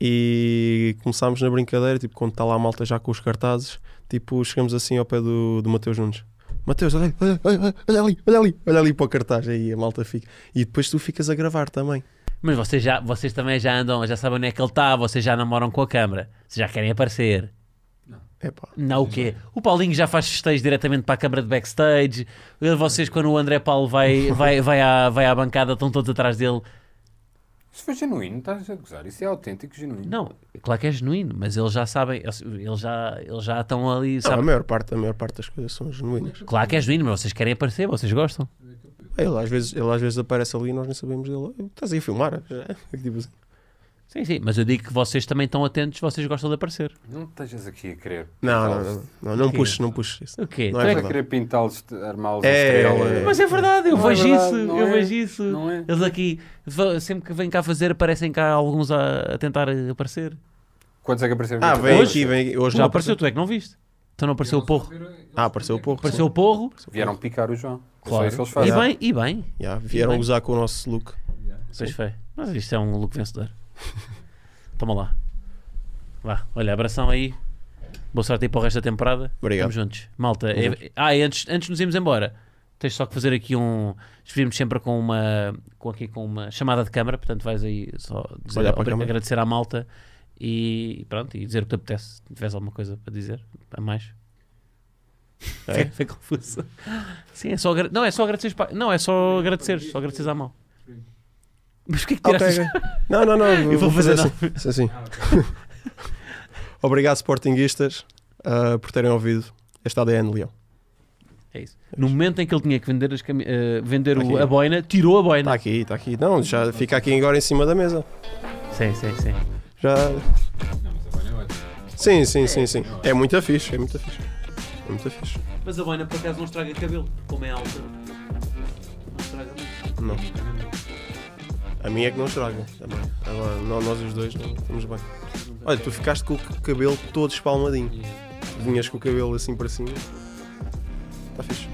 E começámos na brincadeira, tipo, quando está lá a malta já com os cartazes, tipo, chegamos assim ao pé do, do Mateus Nunes. Mateus, olha, olha, olha, olha ali, olha ali, olha ali para o cartaz, aí a malta fica. E depois tu ficas a gravar também. Mas vocês, já, vocês também já andam, já sabem onde é que ele está, vocês já namoram com a câmara, vocês já querem aparecer. Epá, Não o quê? O Paulinho já faz festejos diretamente para a câmara de backstage. Vocês, quando o André Paulo vai, [LAUGHS] vai, vai, à, vai à bancada, estão todos atrás dele. Isso foi genuíno, estás a gozar. Isso é autêntico, genuíno. Não, claro que é genuíno, mas eles já sabem, eles, eles já, eles já estão ali, Não, a, sabem? maior parte, a maior parte das coisas são genuínas. Claro que é genuíno, mas vocês querem aparecer, vocês gostam. Ele às, vezes, ele às vezes aparece ali e nós nem sabemos dele. Estás aí a filmar? É, Tipo assim. Sim, sim, mas eu digo que vocês também estão atentos, vocês gostam de aparecer. Não estejas aqui a querer. Não, não, é pintá-los não, não, não puxes, não puxes isso. O quê? Não Tu é é que- Estás a querer pintá-los, de- armá-los É, é, estrela. é, é. Mas é verdade, eu Não é vejo verdade, isso, não eu é, vejo isso. não é. Eles aqui, va- sempre que vêm cá fazer, aparecem cá alguns a, a tentar eh, aparecer. Quantos é que apareceram? Ah, aqui? vem Hoje? aqui, vem aqui. Tu Hoje não já apareceu, tu é que não viste. Então não apareceu o porro. Ah, apareceu pouco. Apareceu o porro, Vieram picar o João. claro. É só isso que eles E fazem. bem, e bem. Yeah, vieram gozar com o nosso look. Pois foi. Mas isto é um look vencedor. [LAUGHS] Toma lá. Vá, olha, abração aí. Boa sorte aí para o resto da temporada. Obrigado. Estamos juntos. Malta, é- ah, e antes, antes de nos irmos embora, tens só que fazer aqui um. Despedimos sempre com uma, com aqui, com uma chamada de câmara, portanto vais aí só dizer- Olhar para a obri- câmara. agradecer à malta e pronto, e dizer o que te apetece. Se tiveres alguma coisa para dizer, a mais. É? Foi confuso. Sim, é só agra- Não, é só agradecer. Não, é só agradecer. Só agradecer à mão. Mas o que é que Ok, tiraste ok. Não, não, não. Eu vou fazer assim. Isso assim. [LAUGHS] Obrigado, Sportinguistas, ah, por terem ouvido este ADN Leão. É isso. No momento em que ele tinha que vender, as cami- eh, vender o- Aqui. a boina, tirou a Está boina. Tá aqui, está aqui. Não, já fica aqui agora em cima da mesa. Sim, sim, sim. Já. Sim, sim, sim, sim. É muito fixe, é muito fixe. É muito fixe. Mas a boina por acaso não estraga cabelo, como é alta. Não estraga Não. A minha é que não estraga também. Agora, nó- nós os dois não estamos bem. Olha, tu ficaste com o cabelo todo espalmadinho. Vinhas com o cabelo assim para cima. Está fixe.